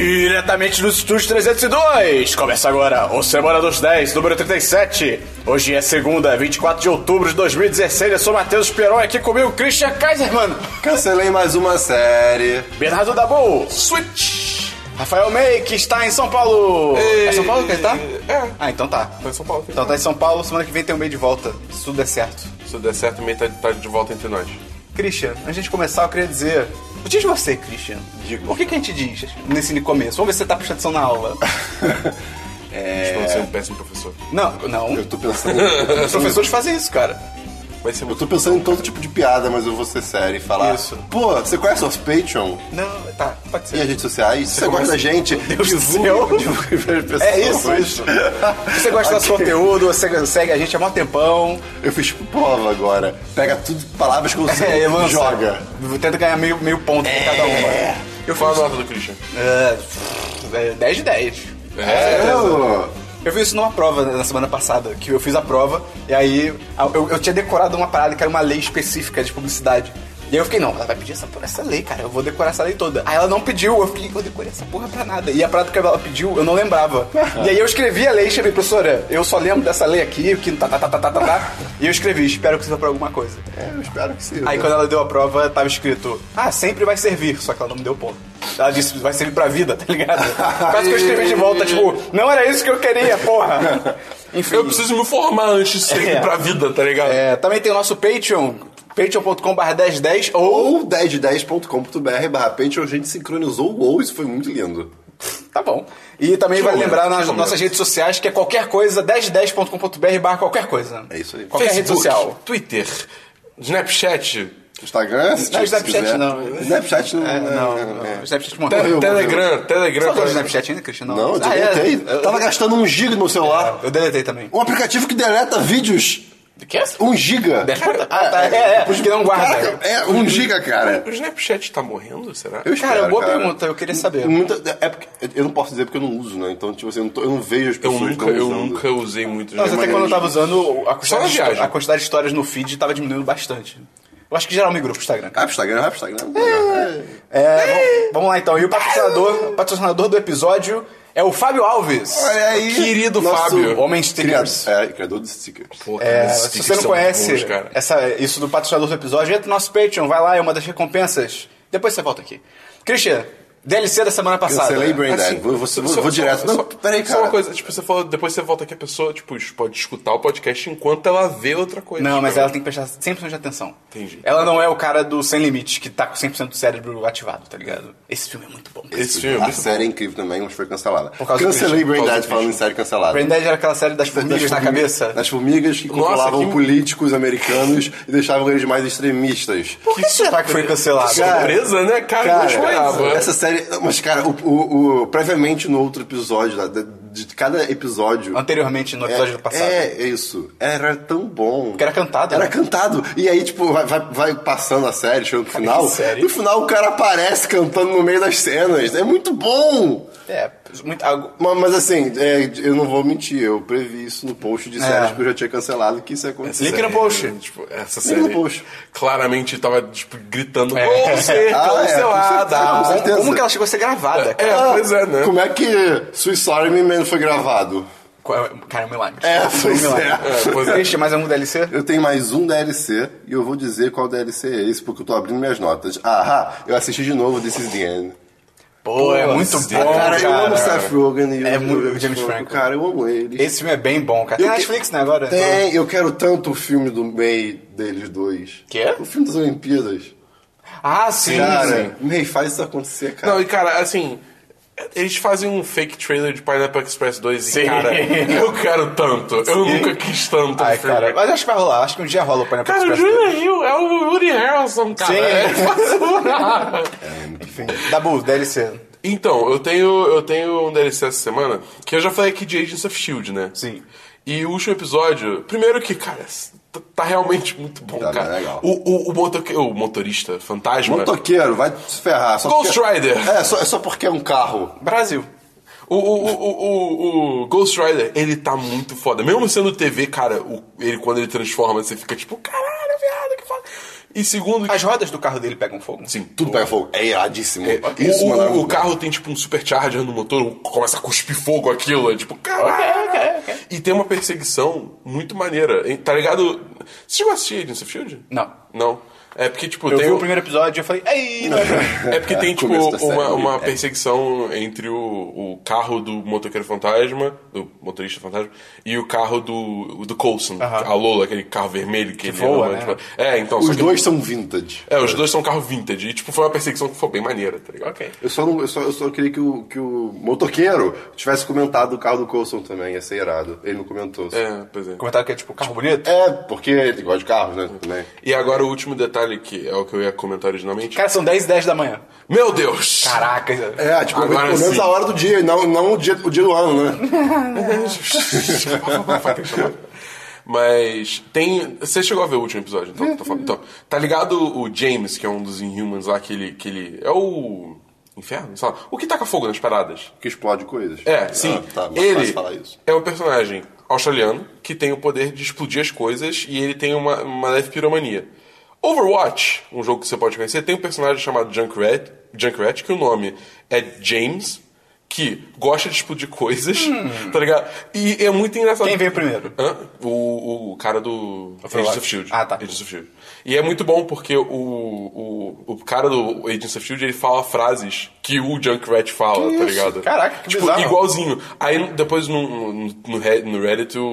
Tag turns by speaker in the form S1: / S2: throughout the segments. S1: diretamente dos estúdios 302. Começa agora o Semana dos 10, número 37. Hoje é segunda, 24 de outubro de 2016. Eu sou Matheus Peron, aqui comigo Christian Kaiserman,
S2: Cancelei mais uma série.
S1: Bernardo Dabu, Switch. Rafael May, que está em São Paulo. É São Paulo que ele tá?
S2: É.
S1: Ah, então tá.
S2: Tá em São Paulo.
S1: Então tá em São Paulo, semana que vem tem o May de volta, se tudo der certo.
S2: Se der certo, o meio tá, tá de volta entre nós.
S1: Christian, antes de gente começar, eu queria dizer. Diz você, Christian.
S2: Digo.
S1: Por que, que a gente diz nesse começo? Vamos ver se você tá prestando atenção na aula.
S2: Estou sendo um péssimo professor.
S1: Não, não.
S3: Eu tô pensando. eu
S1: Os professores fazem isso, cara.
S2: Vai ser muito.
S3: tô pensando em todo tipo de piada, mas eu vou ser sério e falar.
S1: Isso.
S3: Pô, você conhece o nosso Patreon
S1: Não, tá, pode
S3: e as redes sociais? Se você gosta da gente,
S1: Deus do céu.
S3: divulga, divulga para as pessoas.
S1: É isso, isso. Se você gosta do nosso conteúdo, você segue a gente há mó tempão.
S3: Eu fiz tipo prova agora. Pega tudo, palavras
S1: É,
S3: que você
S1: lança.
S3: joga.
S1: Tenta ganhar meio, meio ponto por cada uma.
S2: Eu falo a nota do Christian.
S1: É, pff, É, 10 de 10. é,
S3: Eu-
S1: Eu fiz isso numa prova na semana passada, que eu fiz a prova, e aí a- eu, eu tinha decorado uma parada que era uma lei específica de publicidade. E aí eu fiquei, não, ela vai pedir essa, essa lei, cara, eu vou decorar essa lei toda. Aí ela não pediu, eu fiquei, eu decorei essa porra pra nada. E a parada que ela pediu, eu não lembrava. e aí eu escrevi a lei e escrevi, professora, eu só lembro dessa lei aqui, que tá, tá, tá, tá, tá, tá, tá. E eu escrevi, espero que sirva pra alguma coisa.
S3: É, eu espero que sim.
S1: Aí quando ela deu a prova, tava escrito, ah, sempre vai servir, só que ela não me deu ponto. Ela disse, vai servir pra vida, tá ligado? Quase que eu escrevi de volta, tipo, não era isso que eu queria, porra. Enfim.
S2: Eu preciso me formar antes de sair
S1: É.
S2: pra vida, tá ligado?
S1: É, também tem o nosso Patreon, patreon.com.br 1010 ou...
S3: Ou 1010.com.br barra Patreon, a gente sincronizou o ou, isso foi muito lindo.
S1: Tá bom. E também vai
S2: momento,
S1: lembrar
S2: que
S1: nas
S2: momento.
S1: nossas redes sociais que é qualquer coisa, 1010.com.br barra qualquer coisa.
S3: É isso aí.
S1: Qualquer rede social.
S2: Twitter, Snapchat,
S3: Instagram, se
S1: Não,
S3: você
S1: Snapchat
S3: quiser.
S1: não.
S3: Snapchat não.
S1: É, não,
S3: é,
S1: não.
S3: é.
S1: Snapchat
S2: te-
S1: morreu.
S3: Eu-
S2: Telegram,
S1: Você
S2: Telegram.
S1: usou o Snapchat ainda, Cristiano?
S3: Não, eu
S1: Ah, é.
S3: deletei.
S1: Eu-
S3: Tava gastando um giga no celular.
S1: Eu deletei também.
S3: Um aplicativo que deleta vídeos.
S1: Que é?
S3: Um giga.
S1: Ah, tá. É, é. Por isso que não guarda.
S3: Caraca, é, um giga, cara.
S2: O Snapchat tá morrendo, será?
S3: Eu
S1: Cara,
S3: espero,
S1: boa pergunta, eu queria saber.
S3: Muita- é porque- eu não posso dizer porque eu não uso, né? Então, tipo assim, eu não, tô- eu não vejo as
S2: Eu
S3: pessoas
S2: nunca,
S3: não
S2: eu
S3: usando.
S2: nunca usei muito
S1: Mas até
S2: Snapchat.
S1: quando eu tava usando, a
S2: Só na
S1: quantidade, de, histó-
S2: viagem.
S1: a quantidade de histórias no feed tava diminuindo bastante. Eu acho que geral migrou pro Instagram.
S3: Vai pro Ah, Instagram, vai pro Instagram. É.
S1: É, vamos, vamos lá então. E o patrocinador, o patrocinador do episódio é o Fábio Alves.
S3: Olha aí.
S2: Querido Fábio.
S1: Homem
S3: Criador,
S1: stickers.
S3: é, criador de stickers.
S2: Pô, cara,
S1: É,
S2: esses
S1: se
S2: stickers
S1: você não
S2: são
S1: conhece
S2: bons, cara.
S1: essa, é isso do patrocinador do episódio, entra no nosso Patreon, vai lá, é uma das recompensas. Depois você volta aqui. Christian, DLC da semana passada.
S3: Cancelei Braindead.
S2: Assim,
S3: vou vou,
S2: só-
S3: vou-
S2: só-
S3: vou
S2: só-
S3: direto.
S2: Só,
S3: não, peraí,
S2: só
S3: cara.
S2: uma coisa, tipo, você falou, depois você volta que a pessoa, tipo, pode escutar o podcast enquanto ela vê outra coisa.
S1: Não,
S2: tipo,
S1: mas ela tem que prestar 100% de atenção.
S2: Entendi.
S1: Ela não é o cara do Sem Limites, que tá com 100% do cérebro ativado, tá ligado? Esse filme é muito bom.
S2: Esse filme é
S3: A
S2: muito
S3: série é incrível também, mas foi cancelada.
S1: Por causa do
S3: Cancelei
S1: Christian,
S2: por causa
S3: Braindead
S2: do
S3: falando em série cancelada.
S1: Braindead era aquela série das formigas na
S3: formigas-
S1: cabeça.
S3: Das formigas que
S2: Nossa,
S3: controlavam
S2: que-
S3: políticos americanos e deixavam eles mais extremistas.
S1: Por que será que foi cancelado?
S3: Cara,
S2: surpresa, né? Cara, eu não esperava.
S3: essa série. Mas, cara, o, o- o- previamente no outro episódio, da- da- de, cada episódio.
S1: Anteriormente, no
S3: é,
S1: episódio do passado.
S3: É, é isso. Era tão bom.
S1: Porque era cantado,
S3: Era
S1: né?
S3: cantado. E aí, tipo, vai, vai- vai passando a série, chegando no final.
S1: que série.
S3: No final, o cara aparece cantando no meio das cenas. É muito bom!
S1: É, muito, algo-
S3: Ma- Mas, assim, é, eu não vou mentir, eu previ isso no post
S1: É.
S3: de séries que eu já tinha cancelado que isso ia acontecer.
S1: Link no post.
S2: Tipo, essa
S3: Link no
S2: série
S3: post.
S2: claramente tava, tipo, gritando
S1: É.
S2: você, tá
S3: Ah, é, com certeza, com
S2: cancelada.
S3: certeza.
S1: um- Ah, Como que ela chegou a ser gravada?
S2: É,
S1: Cara,
S2: pois é, né?
S3: Como é que Swiss Army Man foi gravado?
S1: cara é um milagre.
S3: É,
S1: foi um
S3: pois
S1: milagre.
S2: É, pois é.
S1: Christian, mais algum DLC?
S3: Eu tenho mais um DLC e eu vou dizer qual DLC é esse, porque eu tô abrindo minhas notas. Ahá, eu assisti de novo This is the End.
S1: Pô, é muito
S2: sim.
S1: bom,
S3: Ah, cara,
S1: cara.
S3: eu amo Seth Rogen e
S1: É
S3: o-
S1: muito-
S3: o Franco,
S1: James
S3: é
S1: Franco.
S3: Cara, eu amo ele.
S1: Esse filme é bem bom, cara. Tem
S3: Eu que-
S1: Netflix, né, agora?
S3: Tem, eu quero tanto o filme do May deles dois.
S1: Quê?
S3: O filme das Olimpíadas.
S1: Ah, sim.
S3: Cara, May faz isso acontecer, cara.
S2: Não, e cara, assim. Eles fazem um fake trailer de Pineapple Express 2 e, cara, eu quero tanto. Eu nunca quis tanto.
S1: Ai,
S2: um filme.
S1: cara. Mas acho que vai rolar. Acho que um dia rola o Pineapple
S2: Cara, o
S1: Express.
S2: Julia Hill é o Woody Harrelson, cara.
S1: Sim.
S2: É um fácil.
S1: Enfim. Dabu, DLC.
S2: então, eu tenho, eu tenho um DLC essa semana, que eu já falei aqui de Agents of S.H.I.E.L.D., né?
S1: Sim.
S2: E o último episódio, primeiro que, cara, tá- tá realmente muito bom,
S3: Tá,
S2: cara.
S3: tá legal.
S2: O, o, o, motoque- o motorista, fantasma,
S3: Motoqueiro, vai se ferrar. Só
S2: Ghost
S3: porque-
S2: Rider.
S3: É, só, é só porque é um carro.
S1: Brasil.
S2: O, o, o, o, o- o Ghost Rider, ele tá muito foda. Mesmo sendo TV, cara, o- ele quando ele transforma, você fica tipo, caralho, viado, que foda. E segundo, que-
S1: As rodas do carro dele pegam fogo.
S2: assim,
S3: Tudo pega fogo. É iradíssimo. Isso, é
S2: o,
S3: maravilhoso.
S2: o, o carro tem tipo um supercharger no motor, começa a cuspir fogo aquilo, é tipo, caralho! E tem uma perseguição muito maneira. e, Tá ligado? Você chegou a assistir Agents of Shield?
S1: Não.
S2: Não. É porque, tipo,
S1: Eu
S2: tem.
S1: vi
S2: um-
S1: o primeiro episódio e eu falei, ei, né?" não.
S2: É porque tem, tipo,
S3: Começo da série. é.
S2: uma, uma perseguição entre o, o carro do motoqueiro fantasma, do motorista fantasma, e o carro do, do Coulson, a Lola, aquele carro vermelho que, ele
S1: voa,
S2: ama,
S1: né?
S2: tipo, É, então. só
S3: Os
S2: que-
S3: dois são vintage.
S2: É, os dois são carro vintage. E, tipo, foi uma perseguição que foi bem maneira, tá ligado?
S1: Ok.
S3: Eu só, não, eu, só, eu só queria que o, que o motoqueiro tivesse comentado o carro do Coulson também, ia ser irado. Ele não comentou.
S2: É, pois é.
S1: Comentário que é tipo, carro bonito?
S3: É, porque ele gosta de carros, né? Também.
S2: E agora o último detalhe, que é o que eu ia comentar originalmente.
S1: Cara, são 10 e 10 da manhã.
S2: Meu Deus!
S1: Caraca.
S3: É, tipo,
S2: Agora
S3: pelo menos
S2: sim.
S3: a hora do dia, e não, não o, dia, o dia do ano, né?
S2: Mas tem. Você chegou a ver o último episódio, então, tô falando. Então, tá ligado o James, que é um dos Inhumans lá, que ele. Que ele é o. Inferno? Sei lá. O que taca fogo nas paradas?
S3: Que explode coisas.
S2: É, sim.
S3: Ah, tá, mas
S2: ele
S3: fácil falar isso.
S2: é um personagem australiano que tem o poder de explodir as coisas e ele tem uma, uma leve piromania. Overwatch, um jogo que você pode conhecer, tem um personagem chamado Junkrat, Junkrat que o nome é James, que gosta de explodir coisas, tá ligado? E é muito engraçado.
S1: Quem veio primeiro?
S2: Hã? O, o cara do Agents of Shield.
S1: Ah, tá.
S2: Agents of Shield. E é muito bom porque o, o, o cara do Agents of Shield ele fala frases que o Junkrat fala, tá ligado?
S1: Caraca, que
S2: tipo,
S1: bizarro.
S2: igualzinho. Aí depois no, no, no Re- no Reddit o.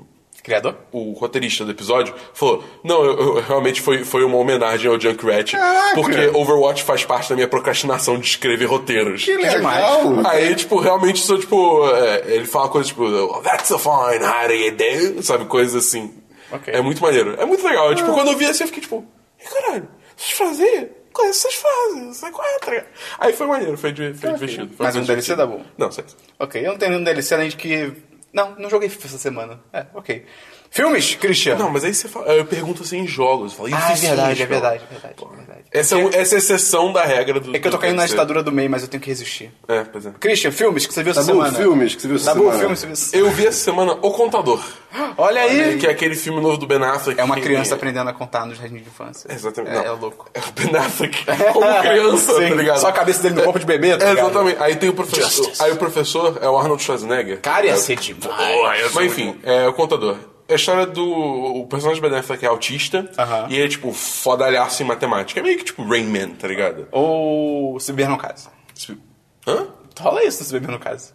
S2: o
S1: Criador?
S2: o roteirista do episódio falou: Não, eu, eu- realmente foi, foi uma homenagem ao Junkrat,
S3: Caraca!
S2: porque Overwatch faz parte da minha procrastinação de escrever roteiros.
S3: Que
S1: demais.
S3: legal!
S2: Aí, tipo, realmente sou, tipo, é, ele fala coisas tipo, "Oh, that's a fine Harry day", sabe? Coisas assim.
S1: Ok.
S2: É muito maneiro. É muito legal. Tipo,
S1: Ah.
S2: quando eu vi assim, eu fiquei tipo, e caralho, essas frases? Quais essas frases? Sabe qual é, tá ligado?" Aí foi maneiro, foi, de- foi divertido. Foi
S1: Mas um
S2: divertido.
S1: DLC dá bom.
S2: Não, sei.
S1: Ok, eu não tenho nenhum DLC além de que. Não, não joguei FIFA essa semana. É, ok. Filmes, Christian?
S2: Não, mas aí você fala, eu pergunto assim em jogos. Eu falo,
S1: Ah, é
S2: "Isso sim,
S1: verdade, é
S2: Michel."
S1: verdade, é verdade, é verdade.
S2: Essa, é, essa é a exceção da regra do.
S1: É que eu tô
S2: do
S1: caindo na
S2: DLC.
S1: ditadura do meio, mas eu tenho que resistir.
S2: É, pois é.
S1: Christian, filmes que você viu essa
S3: Dabu,
S1: semana?
S3: filmes que você viu essa
S1: Dabu,
S3: semana?
S1: filmes que você viu
S2: Eu vi essa semana O Contador.
S1: essa Olha aí!
S2: Que é aquele filme novo do Ben Affleck.
S1: É uma
S2: que-
S1: criança aprendendo a contar nos jardim de infância.
S2: Exatamente. Não.
S1: É, é louco.
S2: É o Ben Affleck como criança,
S1: Sim,
S2: tá ligado?
S1: Só a cabeça dele no corpo de bebê, tá
S2: É,
S1: ligado?
S2: exatamente. Aí tem o professor.
S1: Justice.
S2: Aí o professor é o Arnold Schwarzenegger.
S1: Cara, ia
S2: É.
S1: ser demais.
S2: Mas enfim, é o contador. É a história do. O personagem do Ben Affleck é autista
S1: Aham.
S2: e ele é tipo fodalhaço em matemática. É meio que tipo Rain Man, tá ligado?
S1: Ou se beber no caso.
S2: Se- Hã?
S1: Rola isso no se beber no caso.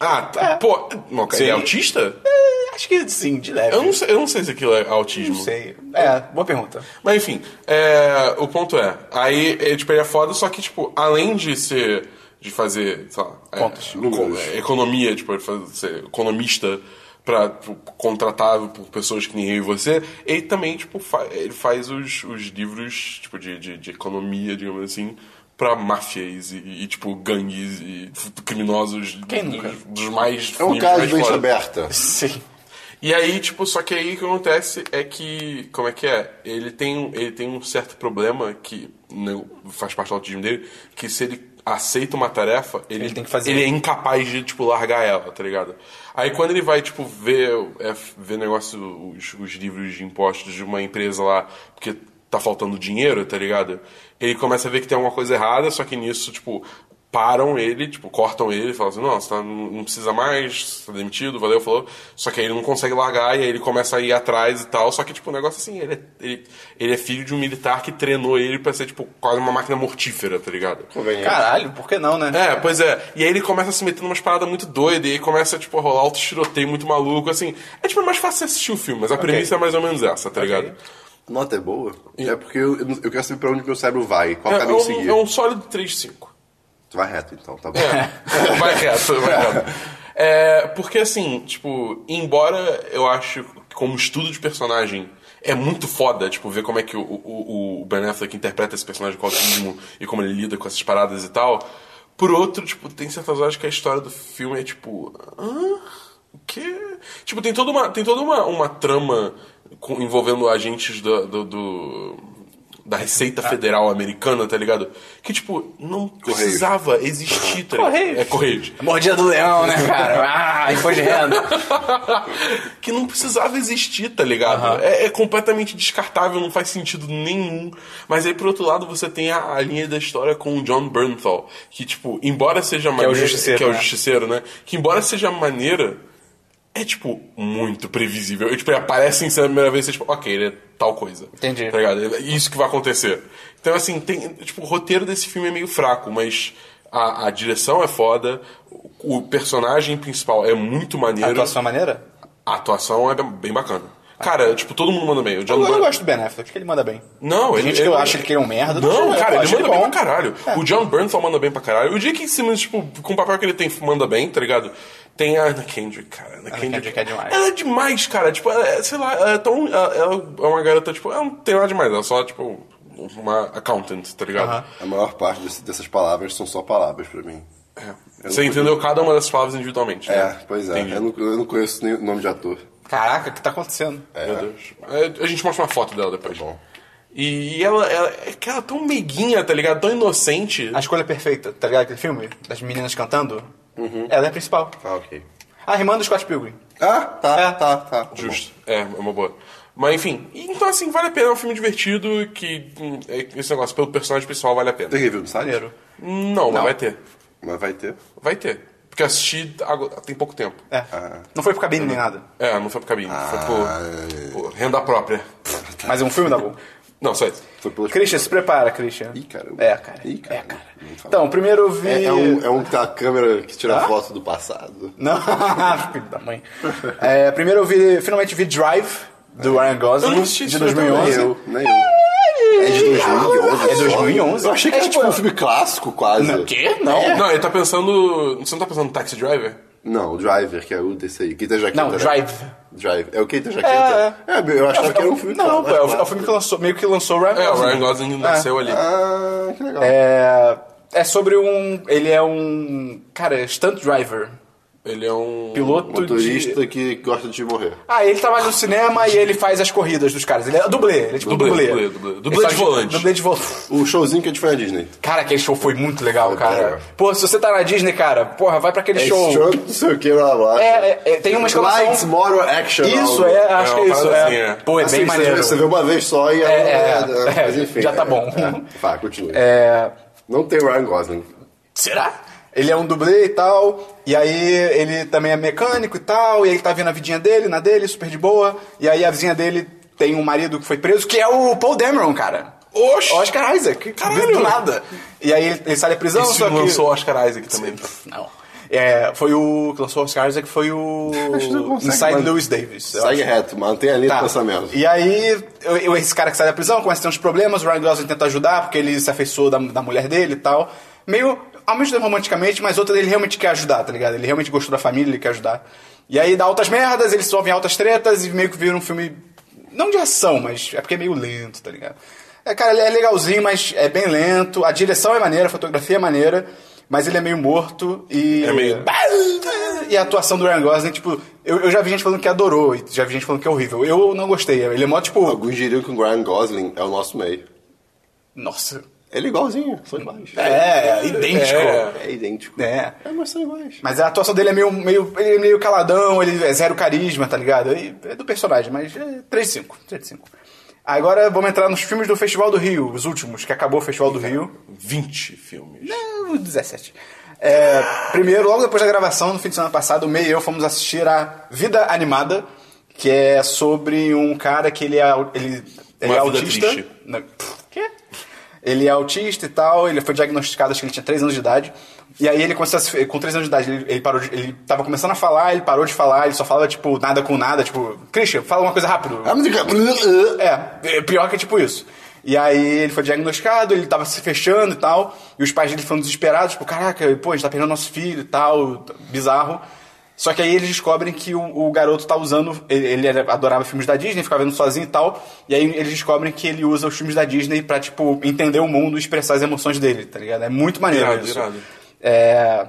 S2: Ah, tá. Pô. Não, cara,
S1: Sim.
S2: ele é autista?
S1: É, acho que sim, de leve.
S2: Eu não, sei, eu não sei se aquilo é autismo.
S1: Não sei. É, boa pergunta.
S2: Mas enfim, é, o ponto é, aí é, tipo, ele é foda, só que, tipo, além de ser. de fazer, sei lá, é,
S1: Contas,
S2: co-
S3: números.
S2: é, economia, tipo, ele faz- ser economista pra, pro- contratável por pessoas que nem eu e você, ele também, tipo, fa- ele faz os, os livros, tipo, de, de, de economia, digamos assim, pra máfias e, e, tipo, gangues e criminosos
S1: Quem
S2: dos,
S1: nunca?
S2: dos mais...
S3: É um
S2: níveis
S3: caso
S2: mais
S3: de mente
S2: foda.
S3: aberta.
S1: Sim.
S2: E aí, tipo, só que aí o que acontece é que. Como é que é? Ele tem, um- ele tem um certo problema que não, faz parte do autismo dele, que se ele aceita uma tarefa, ele,
S1: Ele tem que fazer.
S2: ele é incapaz de, tipo, largar ela, tá ligado? Aí quando ele vai, tipo, ver, é, ver negócio, os, os livros de impostos de uma empresa lá, porque tá faltando dinheiro, tá ligado? Ele começa a ver que tem alguma coisa errada, só que nisso, tipo, param ele, tipo, cortam ele, falam assim, não, você tá- não não precisa mais, você tá demitido, valeu, falou. Só que aí ele não consegue largar e aí ele começa a ir atrás e tal. Só que, tipo, o negócio é assim, ele é, ele, ele é filho de um militar que treinou ele pra ser, tipo, quase uma máquina mortífera, tá ligado?
S3: Conveniente.
S1: Caralho, por que não, né?
S2: É, pois é. E aí ele começa a se meter numas paradas muito doidas, e aí começa, tipo, a rolar alto tiroteio muito maluco, assim. É, tipo, mais fácil assistir o filme, mas a premissa é mais ou menos essa, tá ligado?
S3: Nota é boa? É porque eu, eu quero saber pra onde meu cérebro vai, qual
S2: É, é
S3: caminho seguir.
S2: um, é um sólido 3-5.
S3: Tu vai reto então, tá bom.
S2: É, vai reto, vai reto. É, porque assim, tipo, embora eu acho que como estudo de personagem é muito foda, tipo, ver como é que o, o, o Ben Affleck interpreta esse personagem com autismo e como ele lida com essas paradas e tal. Por outro, tipo, tem certas horas que a história do filme é tipo. Hã? O quê? Tipo, tem toda uma, tem toda uma, uma trama com- envolvendo agentes do, do, do- da Receita Federal Americana, tá ligado? Que, tipo, não precisava existir, tá ligado?
S1: Correios.
S2: É Correios.
S1: Mordida do leão, né, cara? Ah, imposto de renda.
S2: que não precisava existir, tá ligado? É, é completamente descartável, não faz sentido nenhum. Mas aí, por outro lado, você tem a, a linha da história com o John Bernthal, que, tipo, embora seja maneira...
S1: justiceiro,
S2: que é o
S1: né?
S2: justiceiro, né? Que embora seja maneira, é, tipo, muito previsível. E, tipo, ele aparece em cena a primeira vez, você, tipo, ok, ele é tal coisa.
S1: Entendi.
S2: Tá ligado? É Isso que vai acontecer. Então, assim, tem, tipo, o roteiro desse filme é meio fraco, mas... A, a direção é foda, o o personagem principal é muito
S1: A
S2: maneiro.
S1: atuação é maneira?
S2: A atuação é bem bacana. Cara, tipo, todo mundo manda bem. O John
S1: Eu, eu
S2: Bern-
S1: gosto do Ben Affleck, acho que ele manda bem.
S2: Não,
S1: Tem
S2: ele.
S1: gente que eu acho que ele é um merda.
S2: Não,
S1: mas eu
S2: cara, ele
S1: acho
S2: manda bem
S1: bom. É.
S2: pra caralho. O John Bernthal manda bem pra caralho. O J.K. Simmons, tipo, com o papel que ele tem, manda bem, tá ligado? Tem a Anna Kendrick, cara. Anna
S1: Kendrick é demais.
S2: Ela é demais, cara. Tipo, ela é, sei lá, ela é tão. Ela ela é uma garota, tipo, ela não tem nada demais. Ela é só, tipo, uma accountant, tá ligado?
S3: A maior parte desse- dessas palavras são só palavras pra mim.
S2: É. Você entendeu cada uma dessas palavras individualmente,
S3: É,
S2: né?
S3: pois é.
S2: Entendi.
S3: Eu não, eu não conheço nem o nome de ator.
S1: Caraca, o que tá acontecendo?
S2: Meu Deus. É, A gente mostra uma foto dela depois.
S3: Tá bom.
S2: E ela, ela é que ela é tão meiguinha, tá ligado? Tão inocente.
S1: A escolha perfeita, tá ligado aquele filme? Das meninas cantando? Ela é a principal.
S3: Ah, ok.
S1: A irmã do Scott Pilgrim.
S3: Ah, tá,
S1: É.
S3: tá, tá.
S2: Justo. É, é uma boa. Mas enfim, então assim, vale a pena, é um filme divertido, que hum, é, esse negócio pelo personagem pessoal vale a pena.
S3: Tem review no site?
S1: Maneiro.
S2: Não, mas
S1: Não.
S2: vai ter.
S3: Mas vai ter.
S2: Vai ter. Porque eu assisti agora- tem pouco tempo.
S1: É. Não foi pro cabine nem nada.
S2: É, não foi pro cabine,
S3: Ah,
S1: Ah.
S2: foi
S3: é.
S2: por, renda própria.
S1: Mas é um filme da boa.
S2: Não, só isso.
S3: Foi pelos...
S1: Christian, se prepara, Christian.
S3: Ih, caramba.
S1: É, cara.
S3: Ih,
S1: É,
S3: caramba.
S1: cara.
S3: Não fala.
S1: Então, primeiro eu vi.
S3: É, é um, é um que tá a câmera que tira
S1: Tá?
S3: foto do passado.
S1: Não, filho da mãe. É, primeiro eu vi, finalmente vi Drive, do Ryan
S2: Eu não
S1: Gosling,
S2: assisti
S1: de
S2: isso
S1: 2011.
S2: também, eu.
S3: Nem eu. É de 2011.
S1: É 2011.
S3: Eu achei que
S1: É
S3: era
S1: tipo-
S3: tipo um filme clássico, quase.
S1: Não, quê? Não.
S2: Não, ele tá pensando. Você não tá pensando no Taxi Driver?
S3: Não, o Driver, que é o desse aí. Keita Jaqueta.
S1: Não,
S3: né?
S1: Drive.
S3: Drive. É o Keita Jaqueta? É, eu achava que era um filme
S1: Não,
S3: clássico.
S1: pô, é o, é o filme que lançou, meio que lançou o Ryan
S2: É, o
S1: Gosling.
S2: Ryan Gosling nasceu ali.
S3: Ah, que legal.
S1: É, é sobre um. Ele é um. Cara, stunt driver.
S2: Ele é um.
S1: Piloto
S3: Motorista
S1: de.
S3: que gosta de morrer.
S1: Ah, ele trabalha no cinema e ele faz as corridas dos caras. Ele é dublê, ele é tipo
S2: Dublê,
S1: dublê.
S2: dublê, dublê.
S1: Ele
S2: Dublê de
S1: faz-
S2: volante.
S1: Dublê de volante.
S3: O showzinho que a gente foi na Disney.
S1: Cara, aquele show foi muito legal,
S3: Foi
S1: cara.
S3: legal.
S1: Pô, se você tá na Disney, cara, porra, vai pra aquele
S3: É
S1: show.
S3: show, não sei o que, blá blá. blá.
S1: É, é, é, tem uma exclamação-
S3: Lights, motor, action.
S1: Isso,
S3: algo.
S1: é, acho
S2: É,
S1: que é
S2: uma
S1: isso.
S2: parada assim,
S1: é.
S2: é.
S1: Pô, é
S3: Assim,
S1: bem
S3: você
S1: maneiro.
S3: vê- Você vê uma vez só e...
S1: É, é,
S3: mas
S1: é,
S3: enfim.
S1: já tá
S3: é,
S1: bom.
S3: é. Vai, continua.
S1: É,
S3: Não tem Ryan Gosling.
S1: será? Ele é um dublê e tal, e aí ele também é mecânico e tal, e ele tá vendo a vidinha dele, na dele, super de boa, e aí a vizinha dele tem um marido que foi preso, que é o Paul Dameron, cara.
S2: Oxe!
S1: Oscar Isaac,
S2: Caralho!
S1: do nada. E aí ele, ele sai da prisão,
S2: Esse
S1: só
S2: filme
S1: que...
S2: lançou o Oscar Isaac também.
S1: Não. É, foi o que lançou o Oscar Isaac, foi o
S3: Acho que não consegue,
S1: Inside
S3: mano.
S1: Lewis Davis. eu
S3: Segue reto, mantém a linha
S1: Tá.
S3: do pensamento.
S1: E aí, eu- eu- esse cara que sai da prisão começa a ter uns problemas, o Ryan Gosling tenta ajudar, porque ele se afeiçoou da, da mulher dele e tal. Meio, ao mesmo tempo romanticamente, mas outra ele realmente quer ajudar, tá ligado? Ele realmente gostou da família, ele quer ajudar. E aí dá altas merdas, eles sofrem altas tretas e meio que vira um filme, não de ação, mas é porque é meio lento, tá ligado? É, cara, ele é legalzinho, mas é bem lento. A direção é maneira, a fotografia é maneira, mas ele é meio morto e...
S2: É meio-
S1: E a atuação do Ryan Gosling, tipo, eu, eu já vi gente falando que adorou, e já vi gente falando que é horrível. Eu não gostei. Ele é mó tipo.
S3: Alguns diriam que o Ryan Gosling é o nosso meio.
S1: Nossa.
S3: Ele é igualzinho, são iguais.
S1: É, é idêntico.
S2: É.
S3: É idêntico.
S1: É.
S3: É, mas são iguais.
S1: Mas a atuação dele é meio, meio, ele é meio caladão, ele é zero carisma, tá ligado? Ele É do personagem, mas é 3 de 5. 3 de 5. Agora vamos entrar nos filmes do Festival do Rio, os últimos, que acabou o Festival do Rio.
S2: 20 filmes.
S1: É, o 17. É, primeiro, logo depois da gravação, no fim de semana passado, o May e eu fomos assistir a Vida Animada, que é sobre um cara que ele é, au- ele, ele
S2: Uma
S1: é
S2: vida
S1: autista.
S2: triste.
S1: Não, pff, quê? Ele é autista e tal, ele foi diagnosticado, acho que ele tinha 3 anos de idade. E aí ele começou a se- com 3 anos de idade, ele, ele parou de- ele tava começando a falar, ele parou de falar, ele só falava, tipo, nada com nada, tipo, Christian, fala uma coisa rápido.
S3: Ah, mas ele-
S1: É, é pior que é tipo isso. E aí ele foi diagnosticado, ele tava se fechando e tal, e os pais dele foram desesperados, tipo, caraca, pô, a gente tá perdendo nosso filho e tal, t- bizarro. Só que aí eles descobrem que o, o garoto tá usando, ele, ele era- adorava filmes da Disney, ficava vendo sozinho e tal, e aí eles descobrem que ele usa os filmes da Disney pra, tipo, entender o mundo e expressar as emoções dele, tá ligado? É muito maneiro
S2: Irado,
S1: isso.
S2: irado.
S1: É...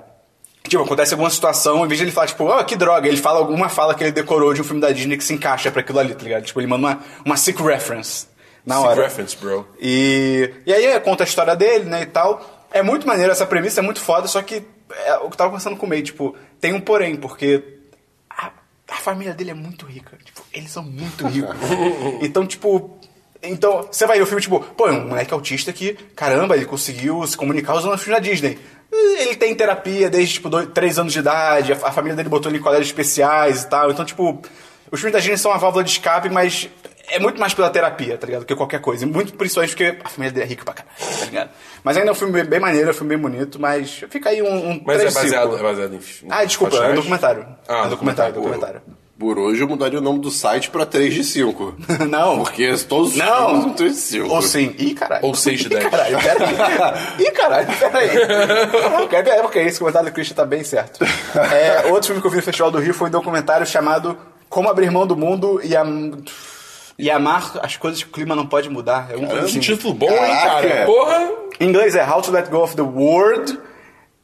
S1: Tipo, acontece alguma situação, em vez de ele falar, tipo, oh, que droga, ele fala alguma fala que ele decorou de um filme da Disney que se encaixa pra aquilo ali, tá ligado? Tipo, ele manda uma, uma sick reference, na
S2: Sick
S1: hora.
S2: reference, bro.
S1: E, e aí é, conta a história dele, né, e tal. É muito maneiro essa premissa, é muito foda, só que é, o que eu tava conversando com o meio, tipo, tem um porém, porque a, a família dele é muito rica. Tipo, eles são muito ricos. então, tipo. Então, você vai ver o filme, tipo, pô, é um moleque autista que, caramba, ele conseguiu se comunicar usando os filmes da Disney. Ele tem terapia desde, tipo, dois, três anos de idade, a, a família dele botou ele em colégios especiais e tal. Então, tipo, os filmes da Disney são uma válvula de escape, mas é muito mais pela terapia, tá ligado? Do que qualquer coisa. E muito principalmente porque a família dele é rica pra caralho, tá ligado? Mas ainda é um filme bem, bem maneiro, é um filme bem bonito, mas fica aí um, um
S2: Mas é
S1: 3-5.
S2: baseado, é baseado em.
S1: Ah, desculpa, é um documentário.
S2: Ah,
S1: é um
S2: documentário.
S1: documentário, documentário.
S3: Por hoje eu mudaria o nome do site pra 3 de 5.
S1: Não.
S3: Porque todos os filmes
S1: Não!
S3: são 3 de 5.
S1: Ou sim. Ih, caralho.
S2: é Ou seis de
S1: Ih,
S2: dez.
S1: caralho, peraí. Ih, caralho, peraí. Caraca, é porque esse comentário do Christian tá bem certo. É, outro filme que eu vi no Festival do Rio foi um documentário chamado Como Abrir Mão do Mundo e, Am- e Amar as Coisas que o Clima Não Pode Mudar. É um
S2: Caramba, tipo,
S1: assim.
S2: que título bom,
S3: Caraca.
S2: hein, cara? Porra!
S1: Em inglês é How to Let Go of the World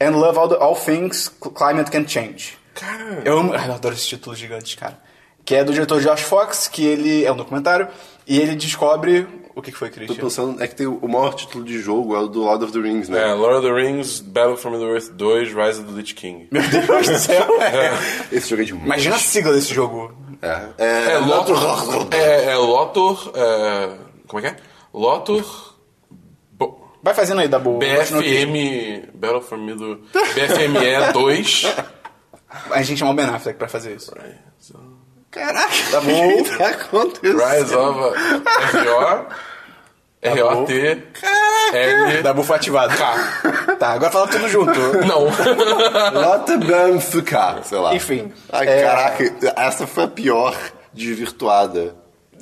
S1: and Love All, the- all Things Climate Can Change.
S2: Cara.
S1: Eu, amo- ai, eu adoro esses títulos gigantes, cara. Que é do diretor Josh Fox, que ele é um documentário, e ele descobre. O que, que foi,
S3: Tô
S1: Christian?
S3: pensando, é que tem o maior título de jogo é o do Lord of the Rings, né?
S2: É, Lord of the Rings, Battle from the Earth 2, Rise of the Lich King.
S1: Meu Deus do céu!
S3: Esse jogo é demais.
S1: Imagina a sigla desse jogo.
S3: É,
S2: É,
S3: é,
S2: Lotor. É, é Lotor. É, como é que é? Lotor. Bo-
S1: Vai fazendo aí, Dabu. Continua aqui.
S2: BFM. Battle from Middle. BFME 2.
S1: A gente chama o Ben Affleck pra fazer isso.
S3: Caraca,
S1: Tá
S3: o
S1: bom.
S3: que tá acontecendo?
S2: Rise of RO.
S3: Tá
S2: ROT. N.
S1: Dabu foi ativado.
S2: K.
S1: Tá, agora fala tudo junto.
S2: Não.
S3: Nota Benfica, sei lá.
S1: Enfim,
S3: Ai,
S1: é-
S3: caraca, essa foi a pior desvirtuada.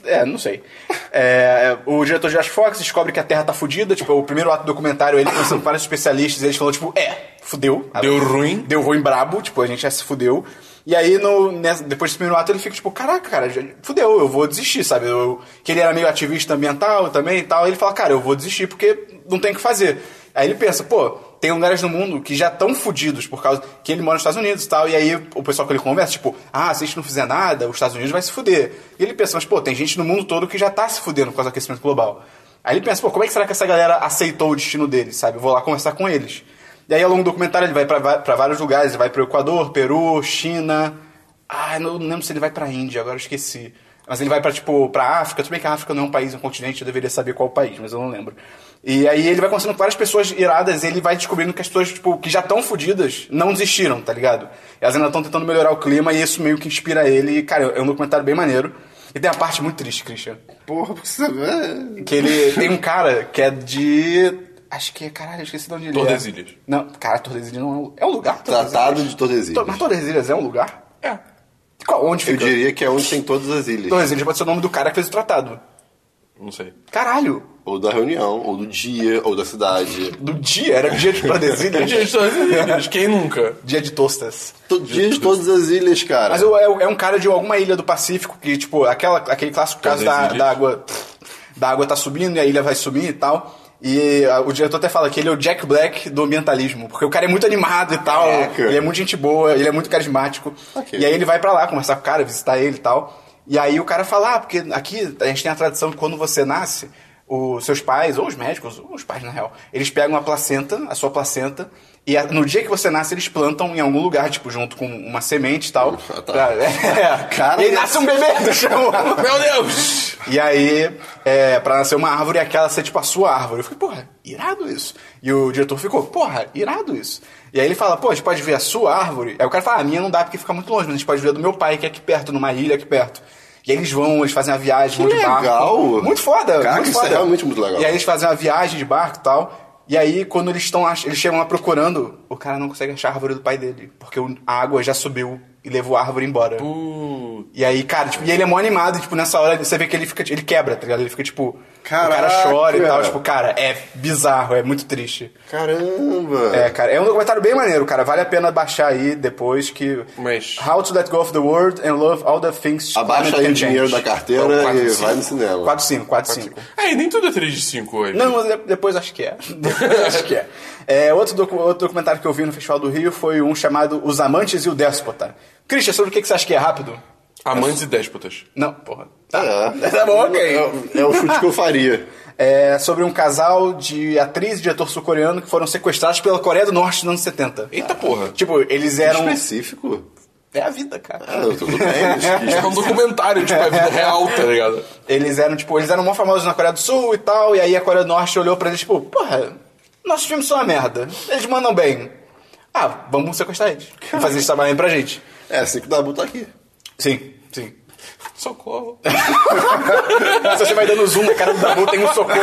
S1: É, não sei. É, o diretor Josh Fox descobre que a Terra tá fudida. Tipo, o primeiro ato do documentário, ele conversando com vários especialistas, e eles falam, tipo, é, fudeu.
S2: Deu ruim.
S1: Deu ruim brabo, tipo, a gente já se fudeu. E aí, no, nessa- depois desse primeiro ato, ele fica, tipo, caraca, cara, já- fudeu, eu vou desistir, sabe? Eu- que ele era meio ativista ambiental também e tal. ele fala, cara, eu vou desistir porque não tem o que fazer. Aí ele pensa, pô, tem lugares no mundo que já estão fudidos por causa que ele mora nos Estados Unidos e tal. E aí o pessoal que ele conversa, tipo, ah, se a gente não fizer nada, os Estados Unidos vai se fuder. E ele pensa, mas pô, tem gente no mundo todo que já tá se fudendo por causa do aquecimento global. Aí ele pensa, pô, como é que será que essa galera aceitou o destino deles, sabe? Eu vou lá conversar com eles. E aí ao longo do documentário ele vai pra va- pra vários lugares, ele vai pro Equador, Peru, China. Ah, eu não lembro se ele vai pra Índia, agora eu esqueci. Mas ele vai pra, tipo, pra África. Tudo bem que a África não é um país, é um continente, eu deveria saber qual país, mas eu não lembro. E aí ele vai conversando com várias pessoas iradas e ele vai descobrindo que as pessoas, tipo, que já estão fodidas, não desistiram, tá ligado? Elas ainda estão tentando melhorar o clima e isso meio que inspira ele. E, cara, é um documentário bem maneiro. E tem a parte muito triste, Christian.
S3: Porra, porque você vê.
S1: Que ele tem um cara que é de... Acho que é... Caralho, eu esqueci de onde ele
S2: Tordesilhas.
S1: é. Não, cara, Tordesilhas não é um... É um lugar, Tordesilhas?
S3: Tratado de Tordesilhas.
S1: To- Mas Tordesilhas é um lugar?
S2: É.
S1: Qual? Onde
S3: Eu
S1: fica?
S3: diria que é onde tem todas as ilhas.
S1: Tordesilhas pode ser o nome do cara que fez o tratado.
S2: Não sei.
S1: Caralho!
S3: Ou da reunião, ou do dia, ou da cidade.
S1: Do dia, era dia de Tordesilhas?
S2: Gente, todas as ilhas, Quem nunca?
S1: dia de tostas.
S3: Todo dia de todas as ilhas, cara.
S1: Mas eu- é, é um cara de alguma ilha do Pacífico que, tipo, aquela, aquele clássico caso da,
S2: Tordesilhas.
S1: da água. Da água tá subindo e a ilha vai subir e tal. E ah, o diretor até fala que ele é o Jack Black do ambientalismo, porque o cara é muito animado e tal.
S3: Caraca.
S1: Ele é muito gente boa, ele é muito carismático.
S3: Ok.
S1: E aí ele vai pra lá conversar com o cara, visitar ele e tal. E aí o cara fala, ah, porque aqui a gente tem a tradição que quando você nasce, os seus pais, ou os médicos, ou os pais na real, eles pegam a placenta, a sua placenta, e a- no dia que você nasce eles plantam em algum lugar, tipo, junto com uma semente e tal.
S3: Ah, tá.
S1: Pra- é.
S3: Cara,
S1: e aí
S3: né?
S1: nasce um bebê do chão.
S2: Meu Deus!
S1: E aí, é, pra nascer uma árvore, aquela ser tipo a sua árvore. Eu fiquei, porra, irado isso. E o diretor ficou, porra, irado isso. E aí ele fala, pô, a gente pode ver a sua árvore. Aí o cara fala, ah, a minha não dá porque fica muito longe, mas a gente pode ver a do meu pai, que é aqui perto, numa ilha aqui perto. E aí eles vão, eles fazem uma viagem, vão de barco.
S3: legal!
S1: Muito foda,
S3: Caraca,
S1: muito
S3: isso é
S1: foda.
S3: realmente muito legal.
S1: E aí eles fazem uma viagem de barco e tal. E aí, quando eles estão lá- eles chegam lá procurando, o cara não consegue achar a árvore do pai dele, porque o- a água já subiu e levou a árvore embora. E aí, cara, tipo, e ele é mó animado, e, tipo, nessa hora você vê que ele fica, ele quebra, tá ligado? Ele fica tipo, o cara
S3: Caraca!
S1: chora e tal, tipo, cara, é bizarro, é muito triste.
S3: Caramba!
S1: É, cara, é um documentário bem maneiro, cara, vale a pena baixar aí depois que
S2: Mas-
S1: How to Let Go of the World and Love All the Things
S3: Abaixa aí o dinheiro da carteira
S2: Então, quatro,
S3: e
S2: cinco.
S3: vai no cinema.
S1: 4 5, 4 5.
S2: É, e nem tudo é 3 de 5 hoje.
S1: Não, mas de- depois acho que é. Depois acho que é. É, outro, docu- outro documentário que eu vi no Festival do Rio foi um chamado Os Amantes e o Déspota. Christian, sobre o que que você acha que é rápido?
S2: Amantes e déspotas.
S1: Não, porra.
S3: É.
S1: Tá bom, ok.
S3: É, é o chute que eu faria.
S1: É sobre um casal de atriz e diretor sul-coreano que foram sequestrados pela Coreia do Norte nos anos 70.
S2: Eita porra.
S1: Tipo, eles eram.
S3: Específico?
S1: É a vida, cara.
S3: Ah, eu tô tudo bem. acho que-
S2: É um documentário, tipo, é vida real, tá ligado?
S1: Eles eram, tipo, eles eram mó famosos na Coreia do Sul e tal, e aí a Coreia do Norte olhou pra eles, tipo, porra, nossos filmes são uma merda. Eles mandam bem. Ah, vamos sequestrar eles. E fazer eles trabalharem pra gente.
S3: É assim que o Dabu tá aqui.
S1: Sim, sim.
S2: Socorro.
S1: Se você vai dando zoom na cara do Dabu, tem um socorro.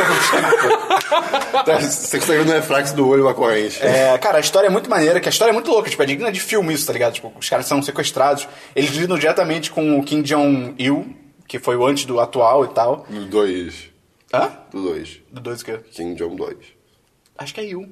S3: Tá, Você consegue ver no reflexo do olho a corrente.
S1: É, cara, a história é muito maneira, que a história é muito louca, tipo, é digna de filme isso, tá ligado? Tipo, os caras são sequestrados. Eles lidam diretamente com o Kim Jong-il, que foi o antes do atual e tal.
S3: Do Um, dois.
S1: Hã?
S3: Do dois.
S1: Do dois o quê?
S3: King John 2.
S1: Acho que é Il.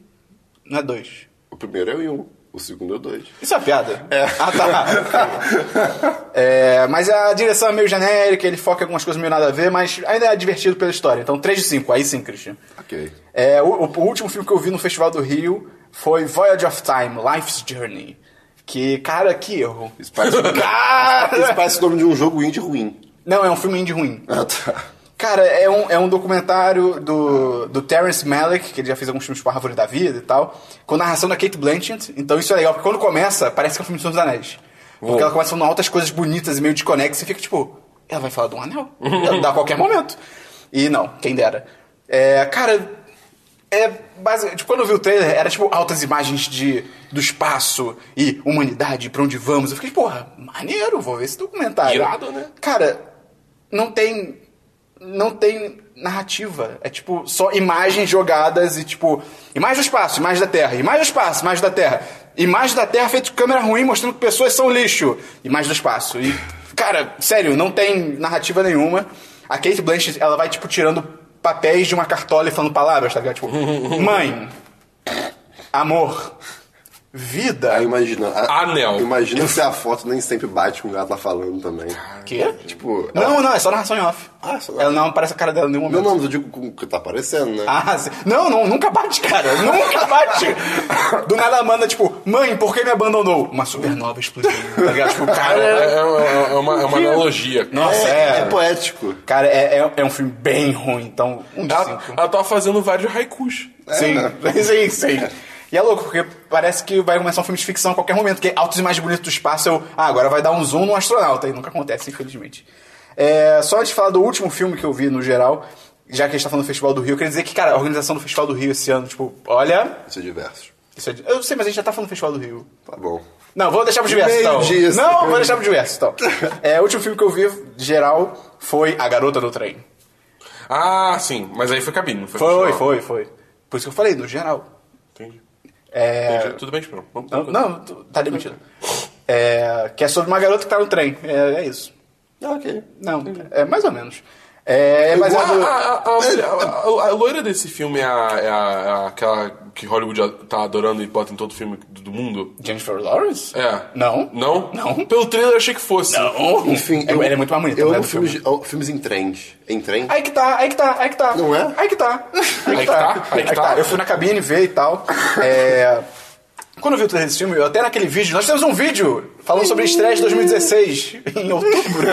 S1: Não é dois.
S3: O primeiro é o 1, o segundo é o 2.
S1: Isso é uma piada? É. Ah, tá. É, mas a direção é meio genérica, ele foca em algumas coisas meio nada a ver, mas ainda é divertido pela história. Então, 3 de 5, aí sim, Christian.
S3: Ok.
S1: É, o, o- o último filme que eu vi no Festival do Rio foi Voyage of Time, Life's Journey. Que, cara, que erro.
S3: Isso parece,
S1: Cara!
S3: isso parece o nome de um jogo indie ruim.
S1: Não, é um filme indie ruim.
S3: Ah, tá.
S1: Cara, é um, é um documentário do, do Terence Malick, que ele já fez alguns filmes tipo Árvore da Vida e tal, com narração da Kate Blanchett. Então isso é legal, porque quando começa, parece que é um filme de Senhor dos Anéis. Porque ela começa falando altas coisas bonitas e meio desconexas e fica tipo, ela vai falar de um anel? Ela dá a qualquer momento. E não, quem dera. É, cara, é basicamente, tipo, quando eu vi o trailer, era tipo altas imagens de, do espaço e humanidade, pra onde vamos. Eu fiquei, porra, maneiro, vou ver esse documentário.
S2: Irado, né?
S1: Cara, não tem. Não tem narrativa. É tipo, só imagens jogadas e tipo. Imagem do espaço, imagem da terra, imagem do espaço, imagem da terra. Imagem da terra feita de câmera ruim, mostrando que pessoas são lixo. Imagem do espaço. E, cara, sério, não tem narrativa nenhuma. A Kate Blanchett, ela vai, tipo, tirando papéis de uma cartola e falando palavras, tá ligado? Tipo, mãe, amor,
S3: Aí
S1: vida.
S3: imagina. a-
S2: Anel.
S3: Imagina se a foto nem sempre bate com o que ela tá falando também.
S1: Quê?
S3: Tipo. ela-
S1: Não, não, é só narração em off.
S3: Ah, só-
S1: Ela não aparece a cara dela em nenhum
S3: Não,
S1: momento.
S3: não, mas eu digo com o que tá aparecendo, né?
S1: Ah, sim. não, não, nunca bate, cara. Nunca bate. Do nada manda, tipo, mãe, por que me abandonou? Uma supernova explodiu, tá ligado? Tipo,
S2: É,
S1: cara.
S2: é uma, é uma- é uma analogia.
S1: Nossa,
S3: é, é
S1: é.
S3: poético.
S1: Cara, é, é, é um filme bem ruim, então, um de
S3: Ah,
S2: Ela,
S1: cinco.
S2: ela tava fazendo vários haikus.
S3: é,
S1: Sim,
S3: né?
S1: sim, sim. E é louco, porque parece que vai começar um filme de ficção a qualquer momento, porque altos e mais bonitos do espaço, eu, ah, agora vai dar um zoom num astronauta, e nunca acontece, infelizmente. É, só antes de falar do último filme que eu vi no geral, já que a gente tá falando do Festival do Rio, eu queria dizer que, cara, a organização do Festival do Rio esse ano, tipo, olha.
S3: Isso é diverso.
S1: isso é de- eu sei, mas a gente já tá falando do Festival do Rio.
S3: Tá bom.
S1: Não, vou deixar pro diverso, então.
S3: Meio-dia,
S1: Não,
S3: senhor.
S1: vou deixar pro diverso, então. É, o último filme que eu vi, geral, foi A Garota do Trem.
S2: Ah, sim. Mas aí foi cabine, não foi?
S1: Foi,
S2: festival.
S1: foi, foi. Por isso que eu falei, no geral.
S2: Entendi.
S1: É,
S2: Entendi. Tudo bem, Esperão. Vamos-
S1: Não, não, tu- tá demitido. É, que é sobre uma garota que tá no trem. É, é isso.
S3: Ah, ok.
S1: Não, é mais ou menos. É, é
S2: A,
S1: baseado.
S2: a- ah, a- a mulher- a- a- a loira desse filme é, a- é a- é aquela que Hollywood a- tá adorando e bota em todo filme do do mundo?
S1: Jennifer Lawrence?
S2: É.
S1: Não.
S2: Não?
S1: Não.
S2: Pelo trailer eu achei que fosse.
S1: Não.
S3: Enfim,
S1: É, ela é muito mais bonita,
S3: Eu
S1: né,
S3: amo
S1: do filme.
S3: filmes, de- eu- filmes em trens. Em trem?
S1: Aí que tá, aí que tá, aí que tá.
S3: Não é?
S1: Aí que tá. Aí que tá, aí que tá. Eu fui na cabine ver e tal. É, Quando eu vi o trailer desse filme, eu até naquele vídeo, nós temos um vídeo falando sobre estresse de 2016, em outubro.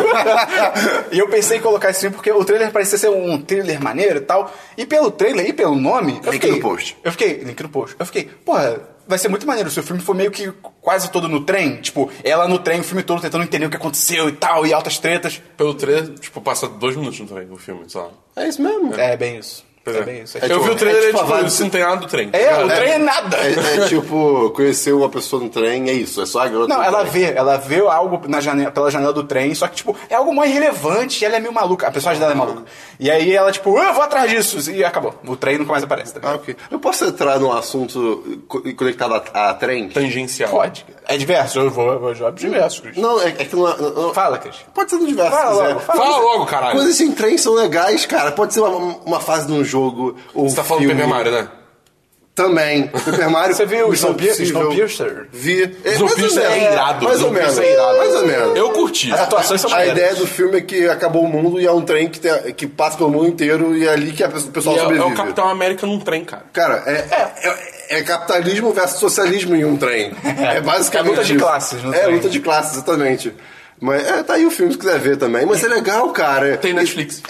S1: e eu pensei em colocar esse filme porque o trailer parecia ser um trailer maneiro e tal. E pelo trailer e pelo nome. eu
S3: Link
S1: fiquei-
S3: no post.
S1: Eu fiquei, link no post. Eu fiquei, porra, vai ser muito maneiro. Se o filme for meio que quase todo no trem, tipo, ela no trem, o filme todo tentando entender o que aconteceu e tal, e altas tretas.
S2: Pelo trailer, tipo, passa dois minutos no trem, o filme, sei lá.
S3: É isso mesmo.
S1: É, bem isso.
S2: Pois
S1: É bem isso. É
S2: eu
S3: tipo-
S2: vi o trailer
S3: é
S2: e,
S3: tipo
S2: tipo,
S3: a vibe-
S2: isso não tem nada do trem. tá
S1: É, o trem é nada.
S3: É, é tipo, conhecer uma pessoa no trem, é isso, é só a garota.
S1: Não,
S3: no
S1: ela
S3: trem.
S1: vê, ela vê algo na janela, pela janela do trem, só que, tipo, é algo mais irrelevante e ela é meio maluca. A personagem dela é maluca. E aí ela, tipo, eu vou atrás disso. E acabou. O trem nunca mais aparece, tá
S3: Ah,
S1: ligado?
S3: ok. Eu posso entrar num assunto co- conectado a, a trem?
S2: Tangencial.
S1: Pode. É diverso, eu vou, eu vou jogar diverso, Cris.
S3: Não, é, é que não, é- não-
S1: Fala, Cris.
S3: Pode ser no diverso,
S1: Fala
S3: se quiser.
S1: logo, fala.
S2: Fala logo, caralho.
S3: Coisas em trem são legais, cara. Pode ser uma, uma fase de um jogo ou
S2: Você tá falando do
S3: filme.
S2: Paper Mario, né?
S3: Também. Super Mario.
S1: Você viu o
S3: Missão
S1: Snowpiercer?
S3: Impossível.
S1: Snowpiercer?
S3: Vi. É, mais ou menos.
S2: Snowpiercer é irado.
S3: Mais ou menos.
S2: Snowpiercer é irado.
S3: Mais ou menos.
S2: Eu curti.
S1: As atuações são
S3: A
S1: maneiras.
S3: ideia do filme é que acabou o mundo e é um trem que, tem- que passa pelo mundo inteiro e é ali que a pessoa- o
S2: E
S3: pessoal
S2: é, é
S3: sobrevive.
S2: o Capitão América num trem, cara.
S3: Cara, é, é- é capitalismo versus socialismo em um trem. É basicamente
S1: É luta de
S3: isso.
S1: classes no
S3: É
S1: trem.
S3: luta de classes, exatamente. Mas é, tá aí o filme se quiser ver também. Mas é legal, cara.
S2: Tem Netflix.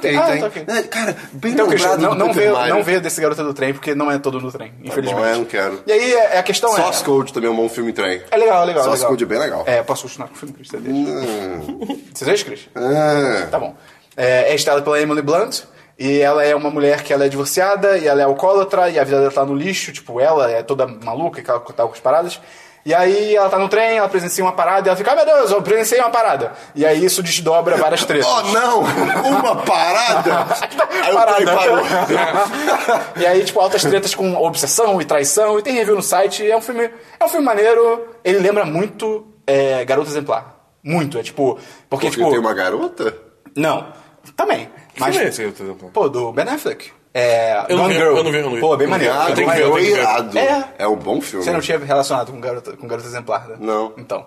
S3: Tem,
S1: Ah,
S3: tem.
S1: tá ok.
S3: É, cara, bem
S1: Então, Cristian,
S3: lembrado
S1: não,
S3: do
S1: não,
S3: Peter
S1: vê,
S3: Mario.
S1: não vê desse garota do trem, porque não é todo no trem, infelizmente.
S3: bom, é, não quero.
S1: E aí, é- é, a questão é...
S3: Source Code também é um bom filme em trem.
S1: É legal, é legal.
S3: Source
S1: legal.
S3: Code é bem legal.
S1: É, posso continuar com o filme, Cris? Você deixa. Você deixa, Cris?
S3: Ah,
S1: Tá bom. É, é estrelada pela Emily Blunt. E ela é uma mulher que ela é divorciada, e ela é alcoólatra, e a vida dela tá no lixo, tipo, ela é toda maluca, que ela tá com as paradas. E aí ela tá no trem, ela presencia uma parada, e ela fica, ah, meu Deus, eu presenciei uma parada. E aí isso desdobra várias tretas.
S3: Oh, não! Uma parada! Aí o trem
S1: Parada.
S3: parou.
S1: e aí, tipo, altas tretas com obsessão e traição, e tem review no site. É um filme, é um filme maneiro, ele lembra muito é, Garoto Exemplar. Muito, é tipo. Porque,
S3: Porque
S1: tipo.
S3: tem uma garota?
S1: Não, também. Mas,
S2: filme é esse aí, por exemplo?
S1: pô, do Ben Affleck. É,
S2: Eu não
S1: Gone
S2: vi,
S1: Girl.
S2: eu não vi, eu não vi.
S1: Pô, bem maneiro.
S3: Irado,
S2: eu tenho que
S1: Mas
S2: ver, eu
S3: é
S2: tenho que ver.
S3: irado.
S1: É.
S3: É um bom filme.
S1: Você não tinha relacionado com um garoto, com garoto exemplar, né?
S3: Não.
S1: Então.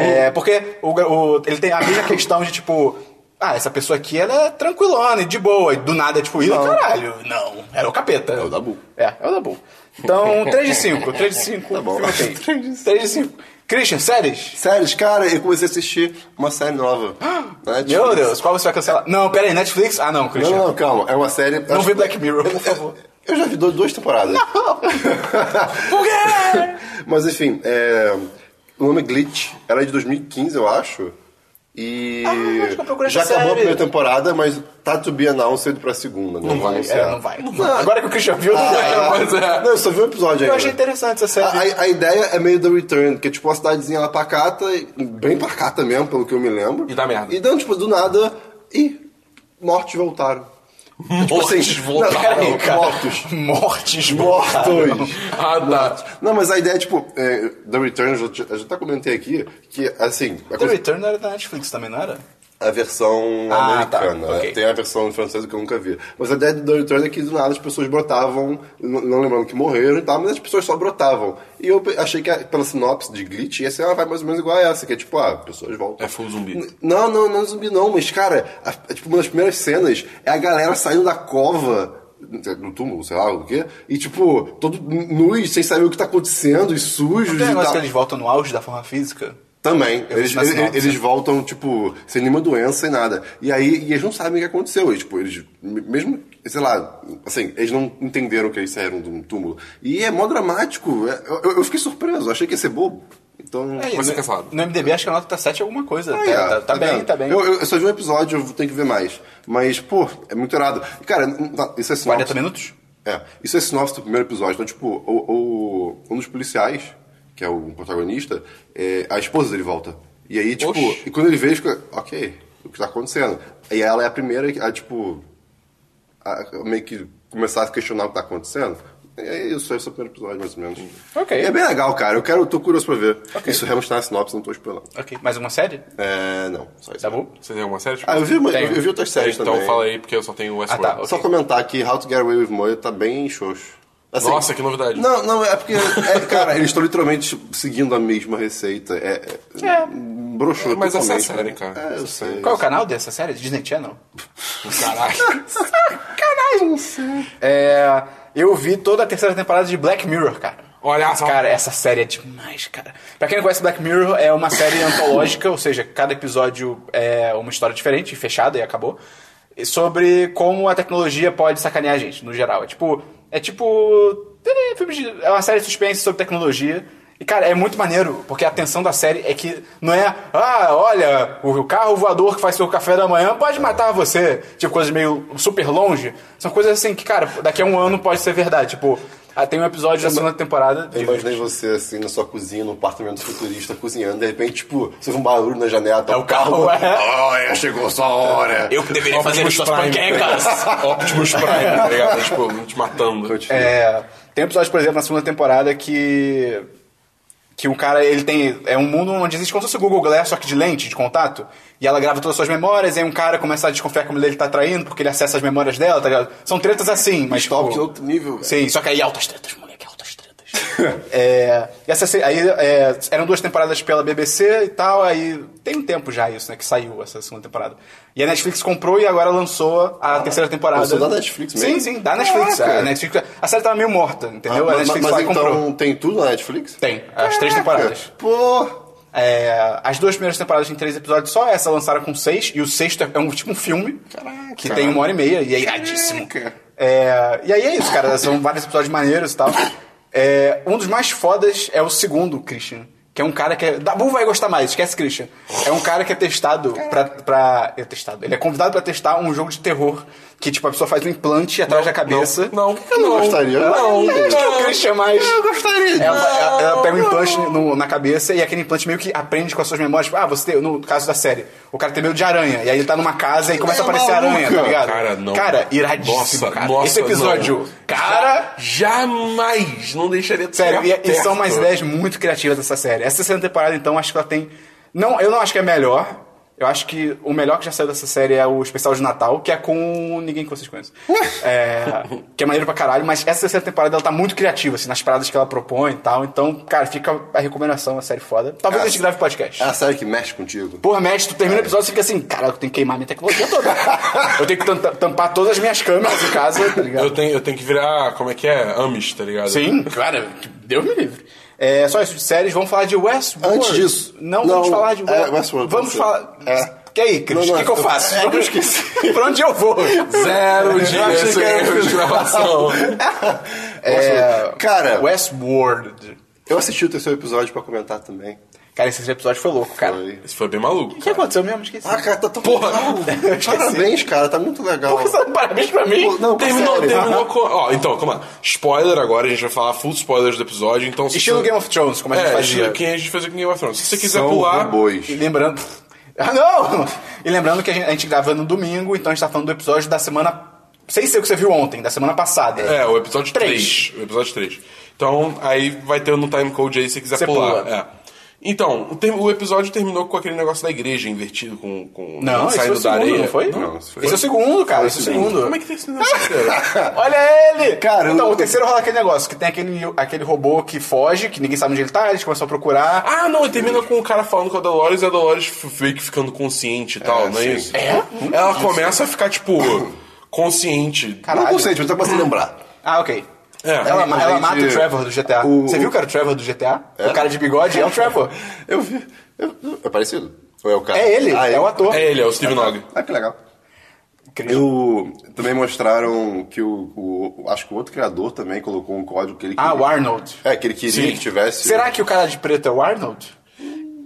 S1: é, porque o, gar- o- ele tem a mesma questão de tipo. Ah, essa pessoa aqui, ela é tranquilona e de boa. E do nada, é tipo, ih, caralho. Não, era o capeta. É
S3: o Dabu.
S1: É, é o Dabu. Então, 3 de 5. 3 de 5. Tá
S3: bom.
S1: 3 de 5. Christian, séries?
S3: Séries, cara, eu comecei a assistir uma série nova. Né, Netflix.
S1: Meu Deus, qual você vai cancelar? Não, pera aí, Netflix? Ah, não,
S3: Não,
S1: Christian.
S3: não, não, calma. É uma série.
S1: Não vê Black Mirror, por favor.
S3: Eu já vi do- duas temporadas.
S1: Por quê?
S3: Mas enfim, é, o nome é Glitch era de 2015, eu acho. E.
S1: Ah, acho que eu procurei
S3: já
S1: essa
S3: acabou a
S1: série.
S3: primeira temporada, mas tá to be announced pra segunda. né? Não,
S1: Vai, é, não vai. Agora que o Christian viu, não vai. Ah,
S3: Ah,
S2: Mas é.
S3: Não, eu só vi um episódio
S1: Eu
S3: ainda.
S1: achei interessante essa série.
S3: A, a- a ideia é meio The Return, que é tipo uma cidadezinha lá pacata, e- bem pacata mesmo, pelo que eu me lembro.
S2: E dá merda.
S3: E dando, tipo, do nada, e mortes voltaram. Tipo assim,
S2: Mortes
S3: não,
S2: voltaram.
S1: ah, Peraí, cara.
S3: Mortos.
S1: Mortes
S3: Mortos.
S2: Ah, tá.
S3: Não, mas a ideia é, tipo, é, The Return, eu já, eu já até comentei aqui, que, assim, a,
S1: The
S3: coisa-
S1: Return era da Netflix também, não era?
S3: a versão
S1: Ah, tá.
S3: americana. né?
S1: Ok.
S3: Tem a versão francesa que eu nunca vi. Mas a ideia do The Return é que, do nada, as pessoas brotavam, não, não lembrando que morreram e tal, mas as pessoas só brotavam. E eu pe- achei que, a- pela sinopse de Glitch, ia ser uma vibe mais ou menos igual a essa, que é tipo, ah, pessoas voltam.
S2: É full zumbi.
S3: N- Não, não, não é zumbi não, mas cara, a- a- tipo, uma das primeiras cenas é a galera saindo da cova, do túmulo, sei lá, o quê, e tipo, todo nus, sem saber o que tá acontecendo, e sujos
S1: Tem um
S3: e
S1: negócio
S3: tal.
S1: que eles voltam no auge da forma física?
S3: Também, eles,
S1: vi na
S3: eles,
S1: sinopse.
S3: eles voltam, tipo, sem nenhuma doença, sem nada. E aí, e eles não sabem o que aconteceu, e, tipo, eles, me- mesmo, sei lá, assim, eles não entenderam que eles saíram de um túmulo. E é mó dramático, é- eu, eu fiquei surpreso, achei que ia ser bobo. Então...
S1: É,
S2: Mas
S1: no-
S2: é cancelado.
S1: No MDB acho que a nota tá 7 alguma coisa.
S3: Ah,
S1: tá,
S3: é,
S1: tá- tá bem,
S3: vendo?
S1: tá bem.
S3: Eu, eu só vi um episódio, eu tenho que ver mais. Mas, pô, é muito errado. E, Cara, na- isso é sinopse.
S1: 40 minutos?
S3: É, isso é sinopse do primeiro episódio. Então, tipo, o, o- um dos policiais, que é o protagonista, é, a esposa dele volta. E aí, tipo,
S2: Oxi.
S3: e quando ele vê, ele fica, ok, o que tá acontecendo? E ela é a primeira a, tipo, a- meio que começar a questionar o que tá acontecendo. E é isso, esse é o primeiro episódio, mais ou menos.
S1: Ok.
S3: E é bem legal, cara. Eu quero, eu tô curioso pra ver. Isso realmente tá na sinopse, não tô esperando.
S1: Ok. Mais uma série?
S3: É, não, só isso.
S1: Tá bom?
S2: Você tem alguma série? tipo?
S3: Ah, eu vi, uma,
S1: Tem.
S3: eu vi outras séries
S2: então
S3: também.
S2: fala aí, porque eu só tenho Westworld.
S1: Ah, tá.
S3: Só
S1: ok.
S3: comentar que How to Get Away with Murder tá bem xoxo. Assim,
S2: Nossa, que novidade.
S3: Não, não, é porque, é, cara, eles estão literalmente seguindo a mesma receita. É, é,
S1: É.
S3: broxou
S2: É, mas essa
S3: totalmente.
S2: série, cara.
S3: É, eu sei.
S1: Qual é o canal dessa série? Disney Channel?
S2: Caralho.
S1: É, eu vi toda a terceira temporada de Black Mirror, cara.
S2: Olha só.
S1: Cara, essa série é demais, cara. Pra quem não conhece Black Mirror, é uma série antológica, ou seja, cada episódio é uma história diferente, fechada e acabou. E Sobre como a tecnologia pode sacanear a gente, no geral. É tipo. É tipo. é filme de- É uma série de suspense sobre tecnologia. E, cara, é muito maneiro, porque a atenção da série é que não é, ah, olha, o carro voador que faz seu café da manhã pode matar você. Tipo, coisas meio super longe. São coisas assim que, cara, daqui a um ano pode ser verdade. Tipo, ah, tem um episódio da segunda temporada.
S3: Eu
S1: de-
S3: imaginei você assim na sua cozinha, num apartamento futurista, cozinhando, de repente, tipo, você ouve um barulho na janela, tá
S1: É o carro, é.
S3: Oh, é, chegou sua hora!
S2: É,
S1: Eu que deveria fazer
S2: Optimus
S1: suas
S2: Prime.
S1: panquecas.
S2: Optimus Prime, tá ligado? Tipo, te matando.
S3: Continua.
S1: É, tem um episódio, por exemplo, na segunda temporada que. Que o cara, ele tem. É um mundo onde existe como se fosse o Google Glass, só que de lente, de contato. E ela grava todas as suas memórias, e aí um cara começa a desconfiar que a mulher dele tá traindo, porque ele acessa as memórias dela, tá ligado? São tretas assim, mas.
S3: Top de
S1: tipo,
S3: outro nível, velho.
S1: Sim, só que aí altas tretas, moleque, altas tretas. é, e essa, se- aí, é, eram duas temporadas pela BBC e tal, aí tem um tempo já isso, né, que saiu essa segunda temporada. E a Netflix comprou e agora lançou a terceira temporada.
S3: lançou da Netflix mesmo?
S1: Sim, sim, da Netflix. é.
S3: Caraca.
S1: A, Netflix a série tava meio morta,
S3: Ah,
S1: entendeu? a
S3: mas,
S1: Netflix
S3: mas
S1: lá e
S3: então
S1: comprou. É.
S3: tem tudo na Netflix?
S1: Tem, as três temporadas.
S3: Pô!
S1: É, as duas primeiras temporadas têm três episódios só, essa lançaram com seis, e o sexto é, é um tipo um filme
S3: Caraca.
S1: que tem uma hora e meia, e é iradíssimo.
S3: Caraca.
S1: É, e aí é isso, cara. São vários episódios maneiros e tal. É, um dos mais fodas é o segundo, Christian. Que é um cara que é. Dabu vai gostar mais, esquece Christian. É um cara que é testado pra, pra. É testado. Ele é convidado pra testar um jogo de terror. Que, tipo, a pessoa faz um implante atrás da cabeça.
S2: Não,
S3: eu não gostaria?
S2: Não,
S1: Eu acho que é o
S2: não.
S1: Christian, É, mas.
S3: gostaria de.
S1: Ela, ela- ela pega um implante no- na cabeça e aquele implante meio que aprende com as suas memórias. Tipo, ah, você tem, no caso da série, o cara tem medo de aranha. E aí ele tá numa casa e começa a
S3: É
S1: aparecer
S3: maluca.
S1: aranha, tá ligado?
S2: Cara, não.
S1: Cara, iradíssimo,
S2: Nossa,
S1: cara.
S2: nossa,
S1: Esse episódio,
S2: não.
S1: cara...
S2: Ja- jamais não deixaria de
S1: Sério,
S2: chegar
S1: e, e são
S2: perto.
S1: umas ideias muito criativas dessa série. Essa segunda temporada, então, acho que ela tem... Não, eu não acho que é a melhor. Eu acho que o melhor que já saiu dessa série é o especial de Natal, que é com ninguém que vocês conhecem. É, que é maneiro pra caralho, mas essa terceira temporada ela tá muito criativa, assim, nas paradas que ela propõe e tal. Então, cara, fica a recomendação, a série foda. Talvez a gente grave podcast.
S3: É a série que mexe contigo.
S1: Porra, Matt, tu termina o episódio e fica assim, cara, eu tenho que queimar minha tecnologia toda. eu tenho que tam- tampar todas as minhas câmeras em casa, tá ligado?
S2: Eu tenho, eu tenho que virar, como é que é? Amish, tá ligado?
S1: Sim, cara, Deus me livre. É só isso de séries, vamos falar de Westworld.
S3: Antes disso.
S1: Não,
S3: Não,
S1: vamos falar de
S3: é, Westworld,
S1: Vamos
S3: você.
S1: falar.
S3: É.
S1: Que aí, Cris?
S3: Não,
S1: O
S3: não,
S1: que, que eu
S3: eu-
S1: faço?
S3: é que eu
S1: esqueci. pra onde eu vou?
S2: Zero de
S3: Eu achei que era
S2: erro de
S3: final.
S2: gravação.
S1: É,
S3: Cara,
S1: Westworld.
S3: eu assisti o terceiro episódio pra comentar também.
S1: Cara, esse episódio foi louco, cara.
S3: Foi.
S2: Isso foi bem maluco.
S1: O que aconteceu mesmo? Esqueci.
S3: Ah, cara, tá tão
S2: Porra!
S3: legal.
S1: Eu esqueci.
S3: Parabéns, cara, tá muito legal.
S1: Por que você tá dando parabéns pra mim?
S3: Pô, não,
S2: Terminou,
S3: sério.
S2: terminou com. Ó, então, calma lá. Spoiler agora, a gente vai falar full spoilers do episódio, então. se
S1: Estilo
S2: você-
S1: Game of Thrones, como a gente
S2: É,
S1: fazia.
S2: estilo quem a gente fez aqui em Game of Thrones. Se você quiser
S3: São
S2: pular.
S3: robôs.
S1: E lembrando. Ah, não! E lembrando que a gente, a gente grava no domingo, então a gente tá falando do episódio da semana. Sem ser o que você viu ontem, da semana passada.
S2: É, o episódio
S1: Três.
S2: 3. O episódio 3. Então, aí vai ter no time code aí se quiser
S1: Você
S2: pular.
S1: pula.
S2: É. Então, o, ter- o episódio terminou com aquele negócio da igreja invertido com. com
S1: Não, esse foi o
S2: saindo da
S1: segundo,
S2: areia.
S1: não foi?
S3: Não, esse foi-
S1: Esse é o segundo, cara. Esse é o
S3: segundo.
S1: segundo.
S2: Como é que tem esse negócio? cara?
S1: Olha ele!
S3: Cara,
S1: então,
S3: eu-
S1: o terceiro rola aquele negócio, que tem aquele, aquele robô que foge, que ninguém sabe onde ele tá, eles começam a procurar.
S2: Ah, não, e termina com o cara falando com a Dolores e a Dolores f- meio que ficando consciente e tal, não é
S3: sim.
S2: isso? É? Ela começa a ficar, tipo, consciente.
S3: Não
S1: Caralho.
S3: consciente, mas tá pra se lembrar.
S1: Ah, ok.
S2: É.
S1: Ela,
S3: Aí,
S1: ma-
S3: a
S1: ela
S3: gente-
S1: mata o Trevor do GTA.
S3: O-
S1: Você viu que era o Trevor do GTA? O cara de bigode é o Trevor.
S3: Eu vi. eu- eu- é parecido? Ou é o cara?
S1: É ele,
S3: Ah,
S1: é o ator.
S2: É ele, é o Steve Nog.
S3: Ah, que legal.
S1: Cris.
S3: Eu também mostraram que o, o- Acho que o outro criador também colocou um código que ele
S1: Ah,
S3: queria.
S1: o Arnold.
S3: É, que ele queria
S2: Sim.
S3: que tivesse.
S1: Será que o cara de preto é o Arnold?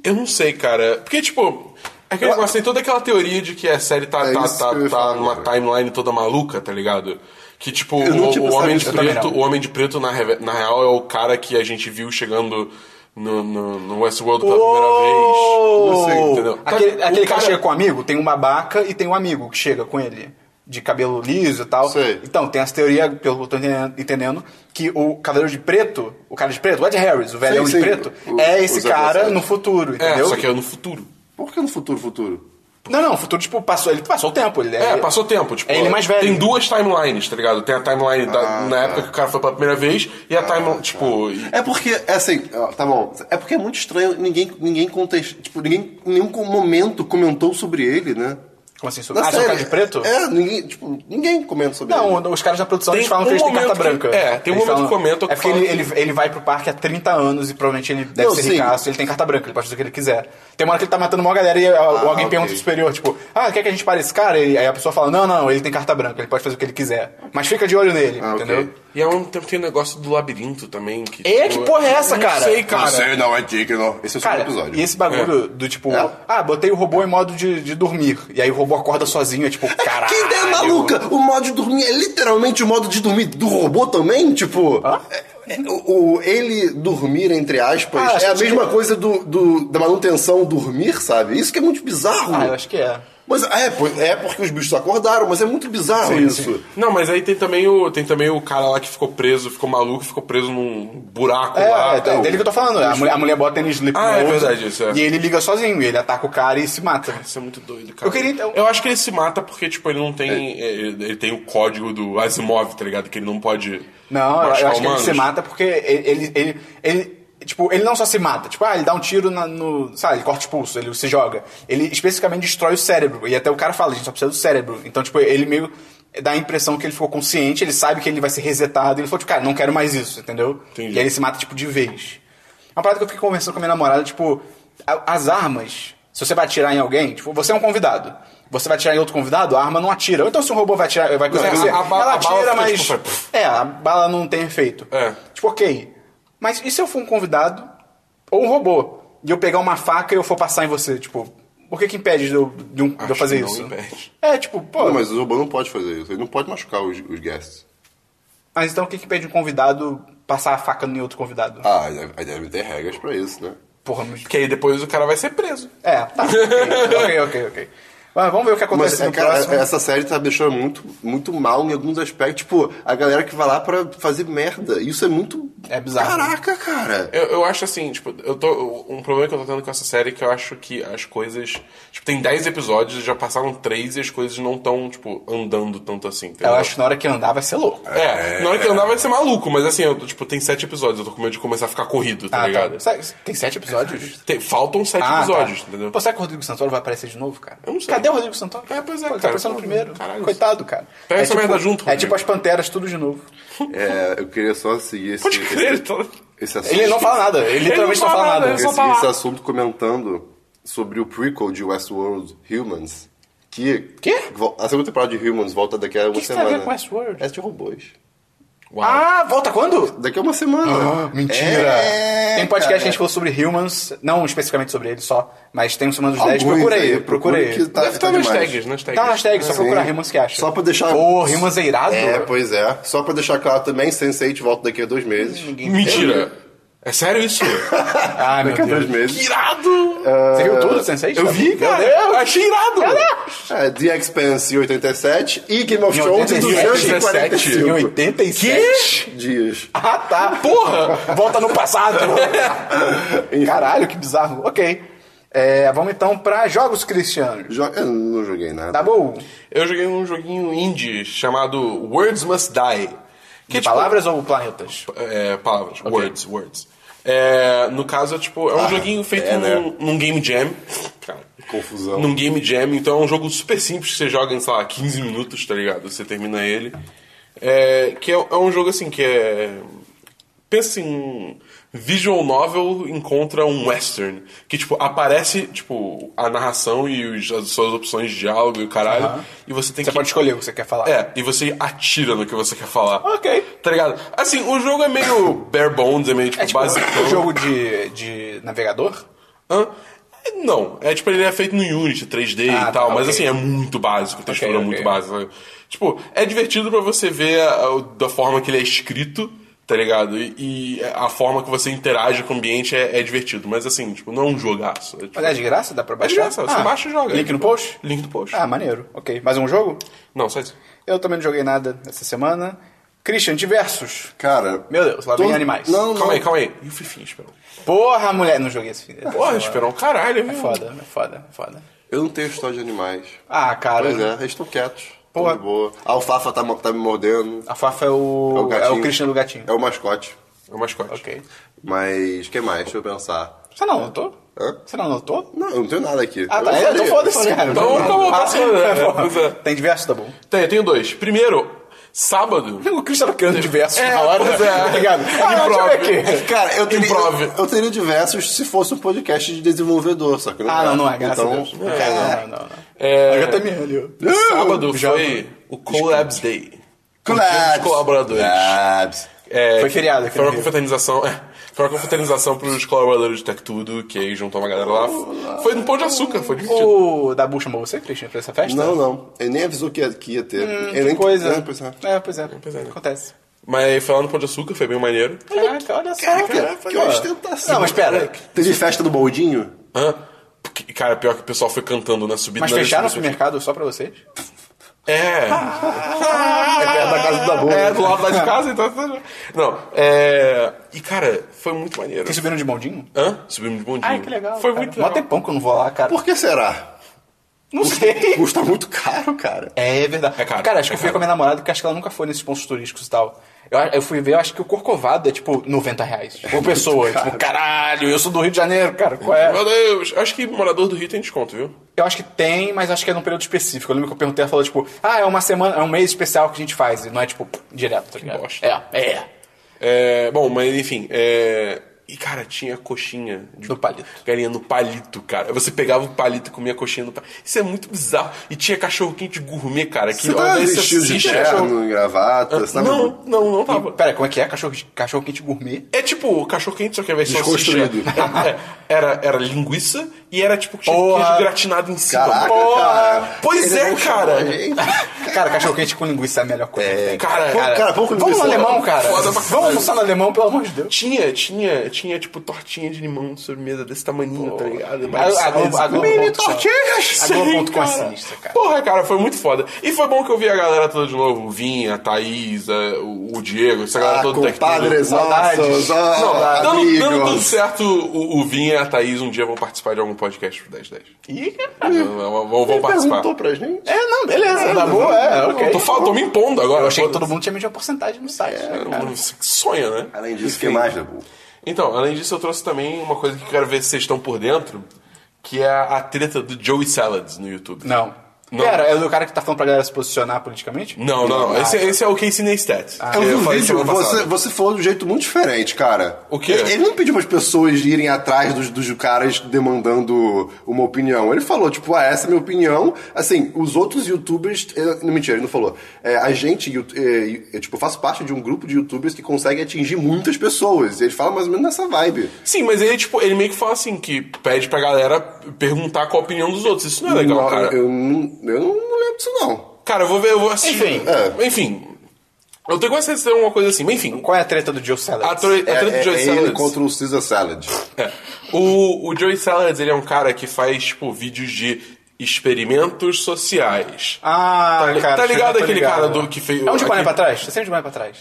S2: Eu não sei, cara. Porque, tipo, aquele
S3: Eu-
S2: negócio tem toda aquela teoria de que a série tá,
S3: É
S2: tá,
S3: isso
S2: tá,
S3: que eu ia
S2: tá
S3: falar,
S2: numa
S3: cara.
S2: timeline toda maluca, tá ligado? Que, tipo,
S3: Eu não
S2: o,
S3: tinha
S2: o
S3: pensado
S2: homem de
S3: nisso, eu também
S2: preto,
S1: não.
S2: o Homem de Preto, na, re- na real, é o cara que a gente viu chegando no, no, no Westworld pela primeira vez.
S1: Uou!
S2: Não sei, entendeu?
S1: Aquele,
S2: Tá- o
S1: aquele cara
S2: cara-
S1: que chega com um amigo, tem um babaca e tem um amigo que chega com ele. De cabelo liso e tal.
S3: Sei.
S1: Então, tem essa teoria, pelo que eu tô entendendo, entendendo, que o Cavaleiro de Preto, o cara de preto, o Ed Harris, o velhão
S3: Sim,
S1: de
S3: sim.
S1: preto,
S3: O-
S1: é esse
S3: os
S1: cara
S3: adolescentes.
S1: no futuro,
S2: É,
S1: entendeu?
S2: só que é no futuro.
S3: Por que no futuro, futuro?
S1: Não, não, o futuro, tipo, passou, ele passou o tempo. Ele
S2: É, passou tempo, tipo.
S1: É ele mais velho.
S2: Tem duas timelines, tá ligado? Tem a timeline da,
S3: Ah,
S2: na época
S3: tá.
S2: que o cara foi pela primeira vez e
S1: Ah,
S2: a timeline,
S1: tá.
S2: tipo. e-
S3: É porque, é assim, ó, tá bom. É porque é muito estranho, ninguém, ninguém contest... tipo, ninguém em nenhum momento comentou sobre ele, né?
S1: Como assim? Sobre...
S3: Na
S1: Ah, sobre o cara
S3: série.
S1: de preto?
S3: É, ninguém, tipo, ninguém comenta sobre ele.
S1: Não, os caras da produção
S2: Tem
S1: eles falam que
S2: um
S1: eles têm carta
S2: momento que-
S1: branca.
S2: é, tem um
S1: Eles
S2: momento
S1: falam-
S2: que comenta que
S1: É porque
S2: fala
S1: ele, ele, ele vai pro parque há 30 anos e provavelmente ele deve
S3: Não,
S1: ser
S3: sim.
S1: ricaço, ele tem carta branca, ele pode fazer o que ele quiser. Tem uma hora que ele tá matando uma galera e ó, alguém
S3: Ah, ok.
S1: pergunta pro superior, tipo, ah, quer que a gente pare esse cara? E aí a pessoa fala, não, não, ele tem carta branca, ele pode fazer o que ele quiser. Mas fica de olho nele,
S3: Ah, ok.
S1: entendeu?
S2: E ao mesmo tempo tem o negócio do labirinto também. Que,
S1: É, que porra é essa,
S2: não
S1: cara?
S2: sei, cara.
S3: Você não é digno. Esse é o segundo
S1: Cara,
S3: episódio.
S1: e esse bagulho do tipo,
S3: É.
S1: ah, botei o robô em modo de, de dormir. E aí o robô acorda sozinho, é tipo, caralho.
S3: Que ideia maluca! O modo de dormir é literalmente o modo de dormir do robô também? Tipo, é- é- o, o- ele dormir, entre aspas,
S1: Ah, acho
S3: é a
S1: que-
S3: mesma coisa do, do- da manutenção dormir, sabe? Isso que é muito bizarro.
S1: Ah, eu acho que é.
S3: Mas é, po- é porque os bichos acordaram, mas é muito bizarro isso.
S2: Não, mas aí tem também, o, tem também o cara lá que ficou preso, ficou maluco, ficou preso num buraco
S1: É,
S2: lá. tá
S1: é, é dele que eu tô falando. A mulher, a mulher bota ele em sleep
S2: Ah, é
S1: mode,
S2: verdade, isso é.
S1: E ele liga sozinho, e ele ataca o cara e se mata.
S2: Isso é muito doido, cara.
S1: Eu queria, então-
S2: Eu acho que ele se mata porque, tipo, ele não tem. é, Ele, ele tem o código do Asimov, tá ligado? Que ele não pode.
S1: Não, eu- eu,
S2: machucar
S1: acho que ele
S2: humanos.
S1: se mata porque ele, ele, ele, ele- Tipo, ele não só se mata. Tipo, ah, ele dá um tiro na- no... Sabe, ele corta o pulso, ele se joga. Ele especificamente destrói o cérebro. E até o cara fala, a gente só precisa do cérebro. Então, tipo, ele meio... Dá a impressão que ele ficou consciente, ele sabe que ele vai ser resetado. Ele falou, tipo, cara, não quero mais isso, entendeu?
S2: Entendi.
S1: E aí ele se mata, tipo, de vez. É uma parada que eu fiquei conversando com a minha namorada, tipo... a- as armas, se você vai atirar em alguém, tipo, você é um convidado. Você vai atirar em outro convidado, a arma não atira. Ou então se um robô vai atirar, vai coisa
S2: Não,
S1: você,
S2: a- a ba-
S1: ela
S2: a bala
S1: atira,
S2: fica,
S1: mas
S2: tipo, faz-
S1: é, a bala não tem efeito.
S2: É.
S1: Tipo, OK. Mas e se eu for um convidado ou um robô e eu pegar uma faca e eu for passar em você, tipo, por que que impede de eu, de um- de eu
S2: Acho
S1: fazer
S2: que não
S1: isso?
S2: impede.
S1: É, tipo, pô,
S3: Não,
S1: mas...
S3: mas o robô não pode fazer isso. Ele não pode machucar os, os guests.
S1: então o que que impede um convidado passar a faca em outro convidado?
S3: Ah, aí deve- aí devem ter regras pra isso, né?
S1: Porra, mas...
S2: Porque aí depois o cara vai ser preso.
S1: É, tá. Ok, ok, ok. ok. Mas vamos ver o que acontece
S3: Mas,
S1: no
S3: é, cara,
S1: próximo.
S3: essa série tá deixando muito, muito mal em alguns aspectos. Tipo, a galera que vai lá pra fazer merda. Isso é muito.
S1: É bizarro.
S3: Caraca, cara.
S2: Eu, eu acho assim, tipo, eu tô. Um problema que eu tô tendo com essa série é que eu acho que as coisas. Tipo, tem 10 episódios, já passaram 3 e as coisas não estão, tipo, andando tanto assim. entendeu?
S1: Eu acho que na hora que andar vai ser louco.
S3: Tá
S2: É, na hora que eu andar vai ser maluco, mas assim, eu, tô, tipo, tem 7 episódios, eu tô com medo de começar a ficar corrido, tá
S1: Ah,
S2: ligado?
S1: tá. Sabe, Tem sete episódios?
S2: Tem- faltam 7
S1: Ah,
S2: episódios,
S1: tá.
S2: entendeu?
S1: Pô, será que o Rodrigo Santoro vai aparecer de novo, cara?
S2: Eu não sei.
S1: Cadê o Rodrigo Santoro?
S2: É, pois é,
S1: Pô,
S2: cara.
S1: ele Tá pensando
S2: Pô,
S1: primeiro.
S2: caralho.
S1: Coitado, cara.
S2: Pega
S1: é
S2: essa merda junto,
S1: É
S2: Rodrigo.
S1: tipo as Panteras, tudo de novo.
S3: É, eu queria só seguir esse.
S2: Pode crer,
S3: esse,
S2: então.
S3: esse assunto.
S1: Ele não fala nada. é Ele literalmente não fala, nada.
S2: ele só
S3: Esse,
S2: tá lá.
S3: esse assunto comentando sobre o prequel de Westworld Humans. Que.
S1: Quê?
S3: vo- A segunda temporada de Humans volta daqui a uma
S1: que tem a
S3: semana.
S1: ver com Westworld?
S3: É de robôs.
S2: Uau.
S1: Ah, volta quando?
S3: Tá Daqui a uma semana. É,
S1: Tem podcast
S3: cara.
S1: que a gente falou sobre Humans, não especificamente sobre ele só, mas tem um Semana dos 10. Procura aí, procura aí.
S3: que tá-
S2: Deve estar
S3: tá
S2: nas
S3: demais.
S2: tags, nas tags.
S1: Tá nas tags, só
S3: Sim.
S1: procurar Humans que acha.
S3: Só pra deixar-
S1: Pô, Humans é irado.
S3: É, pois é. Só pra deixar claro também, Sense8 volta daqui a dois meses.
S2: Mentira! É sério isso?
S1: Ah, meu
S3: Daqui a
S1: Deus.
S3: dois meses.
S2: Irado!
S1: Você viu tudo, Sensei?
S2: Eu vi, cara! Achei irado!
S3: É, The Expanse em 87 e Game of
S1: Em
S3: Thrones em
S2: 87.
S3: 245
S1: Em 87?
S3: dias.
S1: Ah, tá. Porra! Volta no passado. Caralho, que bizarro. Ok. É, vamos então pra jogos cristianos.
S3: Jo- Eu não joguei nada.
S1: Tá bom?
S2: Eu joguei um joguinho indie chamado Words Must Die. Que é, tipo,
S1: Palavras ou planetas?
S2: É, palavras. Words, words. É, no caso, é tipo, é um
S3: Ah,
S2: joguinho feito
S3: é, né?
S2: num, num game jam. Cara,
S3: Confusão.
S2: Num game jam, então é um jogo super simples que você joga em, sei lá, 15 minutos, tá ligado? Você termina ele. É, que é, é um jogo assim que é. Pensa em um visual novel encontra um western. Que, tipo, aparece, tipo, a narração e os- as suas opções de diálogo e o caralho.
S1: Aham.
S2: E você tem
S1: Você
S2: que.
S1: pode escolher o que você quer falar.
S2: É, e você atira no que você quer falar.
S1: Ok.
S2: Tá ligado? Assim, o jogo é meio bare bones, é meio tipo,
S1: É tipo
S2: basicão.
S1: um jogo de, de navegador?
S2: Hã? Não, é tipo, ele é feito no Unity 3D
S1: Ah,
S2: e tal,
S1: tá,
S2: mas
S1: ok.
S2: assim, é muito básico, textura é
S1: ok.
S2: muito básica. sabe? Tipo, é divertido pra você ver a- o- da forma que ele é escrito, tá ligado? E, e a forma que você interage com o ambiente é, é divertido, mas assim, tipo, não é um jogaço. É, tipo,
S1: Mas é de graça? Dá pra
S2: é de
S1: baixar?
S2: graça, você
S1: Ah,
S2: baixa e joga.
S1: Link no post?
S2: Link no post.
S1: Ah, maneiro. Ok. Mais um jogo?
S2: Não, só isso.
S1: Eu também não joguei nada essa semana. Christian, diversos.
S3: Cara.
S1: Meu Deus, lá vem animais.
S3: Não, não.
S2: Calma aí, calma aí. E o Fifi, Esperão?
S1: Porra, mulher. Não joguei esse fim.
S2: Porra, um Esperão, caralho, viu?
S1: É foda, é foda, é foda.
S3: Eu não tenho história de animais.
S1: Ah, cara.
S3: Pois é, eles estão quietos.
S1: Porra.
S3: Porra. boa. A alfafa tá, mo- tá me mordendo.
S1: A Fafa é
S3: É o
S1: o. É o,
S3: gatinho.
S1: Christian do gatinho.
S3: É o mascote.
S2: É o mascote.
S1: Ok.
S3: Mas, que mais? Deixa eu pensar.
S1: Você não anotou?
S3: É. Hã?
S1: Você não anotou?
S3: Não, eu não tenho nada aqui.
S1: Ah,
S3: Eu
S1: tá.
S3: não
S1: é, Então
S3: falei.
S1: foda-se, cara.
S2: Então, tá bom, tá bom, né?
S1: Ah,
S2: Pois é.
S1: Tem diversos, tá bom.
S2: Tem, eu tenho dois. Primeiro, sábado.
S1: O Christian tava criando diversos
S2: É,
S1: na hora.
S2: pois é.
S1: Tá ligado? Ah,
S2: Improv.
S1: não, deixa eu ver aqui.
S3: Cara, eu teria,
S2: Improv.
S3: eu, eu teria diversos se fosse um podcast de desenvolvedor, só que não
S1: Ah, não, não é, graças
S3: Então,
S1: a Deus.
S3: cara,
S1: É, não, não, não.
S2: É, Uh,
S1: HTML.
S2: sábado
S1: Já-
S2: foi o Collabs Day. O dia
S3: Collabs.
S2: dos colaboradores.
S3: Collabs.
S2: É,
S1: Foi feriado aqui
S2: Foi
S1: no
S2: uma
S1: Rio.
S2: confraternização. É, foi uma confraternização pros colaboradores de Tech Tudo, que aí juntou uma galera lá. Foi no Pão de Açúcar, foi divertido.
S1: O Dabu chamou você, Christian, pra essa festa?
S3: Não, não. Ele nem avisou que ia, que ia ter.
S1: Hum, Que
S3: Ele nem
S1: coisa.
S3: nem pensava.
S1: É, pois é, pois é. Acontece.
S2: Mas foi lá no Pão de Açúcar, foi bem maneiro.
S1: Caraca, olha só. cara.
S3: que ostentação.
S1: Não, mas pera.
S3: Teve festa do Boldinho?
S2: Hã? Porque, Cara, pior que o pessoal foi cantando na subida.
S1: Mas
S2: na
S1: fecharam Ah, o
S2: descida.
S1: supermercado só pra vocês?
S2: É.
S3: É perto da casa da boa.
S2: É, do lado lá de casa, então. Não, é. E, cara, foi muito maneiro.
S1: Vocês subiram de bondinho?
S2: Hã? Subimos de bondinho.
S1: Ai, que legal.
S2: Foi
S1: cara.
S2: muito
S1: Mó
S2: legal.
S1: tempão que eu não vou lá, cara.
S3: Por que será?
S1: Não sei.
S3: Custa muito caro, cara.
S1: É verdade.
S2: É caro,
S1: cara,
S2: é
S1: acho que eu fui
S2: caro.
S1: com a minha namorada, porque acho que ela nunca foi nesses pontos turísticos e tal. Eu, eu fui ver, eu acho que o Corcovado é tipo 90 reais. Por pessoa. tipo, caralho, eu sou do Rio de Janeiro, cara. Qual é?
S2: Meu Deus, acho que morador do Rio tem desconto, viu?
S1: Eu acho que tem, mas acho que é num período específico. Eu lembro que eu perguntei, ela falou, tipo, ah, é uma semana, é um mês especial que a gente faz. E não é, tipo, direto, tá ligado?
S2: bosta.
S1: É, é.
S2: É, bom, mas enfim, é, E, cara, tinha coxinha de
S1: No palito.
S2: galinha no palito, cara. Você pegava o palito e comia a coxinha no palito. Isso é muito bizarro. E tinha cachorro quente gourmet, cara. Que
S3: Você
S2: olha,
S3: tá
S2: esse
S3: vestido de
S2: assiste Ah,
S3: terno, em gravata, você tá tava...
S2: Não, não, não tava.
S1: Pera, como é que é? Cachorro, cachorro quente gourmet?
S2: É tipo cachorro quente, só que ao invés de salsicha.
S3: Desconstruído.
S2: é, era, era linguiça e era tipo tinha
S1: Porra.
S2: queijo gratinado em cima.
S3: Caraca,
S2: Porra.
S3: cara.
S2: Pois
S3: Ele
S2: é,
S3: não chamou
S2: cara.
S3: a gente.
S1: Cara, cachorro quente com linguiça é a melhor coisa. que tem.
S2: Cara,
S3: Pô, cara, pão com
S1: Vamos
S3: linguiça.
S1: no alemão, cara.
S2: Foda pra
S1: Vamos
S2: caralho.
S1: almoçar no alemão, pelo amor de Deus.
S2: Tinha, tinha, tinha tipo tortinha de limão de sobremesa desse tamaninho, tá ligado?
S1: A- a Globo- a Globo-
S2: Mini
S1: ponto com.
S2: tortinhas!
S1: A Globo ponto com é
S2: Sim,
S1: sinistra, cara.
S2: Porra, cara, foi muito foda. E foi bom que eu vi a galera toda de novo. O Vinha, a Thaís, a- o o Diego, essa galera
S3: Ah,
S2: toda do Tech
S3: compadres
S2: Tudo.
S3: nossos,
S2: Não,
S3: ó,
S2: dando, dando tudo
S3: amigos.
S2: certo, o, o Vinha e a Thaís um dia vão participar de algum podcast pro 1010.
S1: Ih,
S2: Vão, vão- vão participar.
S3: perguntou pra gente.
S1: É, não, beleza. Na boa, é, ok.
S2: Eu tô, fal- tô me impondo agora.
S1: Eu achei que
S2: foda-se. É,
S1: todo mundo tinha medido a porcentagem no site. né, cara?
S2: Você que sonha, né?
S3: Além disso, o que mais, Dabu?
S2: Então, além disso, eu trouxe também uma coisa que eu quero ver se vocês estão por dentro, que é a treta do Joey Salads no YouTube.
S1: Não.
S2: Não.
S1: Pera, é o cara que tá falando pra galera se posicionar politicamente?
S2: Não, não, não. Esse,
S3: Ah.
S2: esse é o Casey Neistat.
S3: Eu vi o Ah. É
S2: Ah, falei
S3: um vídeo,
S2: semana
S3: você,
S2: passada.
S3: você falou de um jeito muito diferente, cara.
S2: O quê?
S3: Ele, ele não pediu para as pessoas irem atrás dos, dos caras demandando uma opinião. Ele falou, tipo, ah, essa é a minha opinião. Assim, os outros youtubers. eh, Não, mentira, ele não falou. É, a gente, you- eh, eu, tipo, faço parte de um grupo de youtubers que consegue atingir muitas pessoas. E ele fala mais ou menos nessa vibe.
S2: Sim, mas ele, tipo, ele meio que fala assim, que pede pra galera perguntar qual a opinião dos outros. Isso não é legal,
S3: Não,
S2: cara.
S3: Eu, não- eu não lembro disso, não.
S2: Cara, eu vou ver, eu vou assistir.
S1: Enfim.
S2: É. Enfim. Eu tenho quase certeza de uma coisa assim, mas enfim.
S1: Qual é a treta do Joe
S2: A,
S1: Salads?
S2: tre- a
S3: É,
S2: treta do
S3: é,
S2: Joey
S3: é
S2: Salads.
S3: ele contra o Caesar Salad.
S2: É. O, o Joey Salads, ele é um cara que faz, tipo, vídeos de experimentos sociais.
S1: Ah,
S2: Tá li-
S1: cara.
S2: tá
S1: acho que eu já
S2: ligado
S1: tô
S2: aquele cara do- que fez-
S1: É um de
S2: aquele-
S1: boné pra trás? Você sempre de boné pra trás?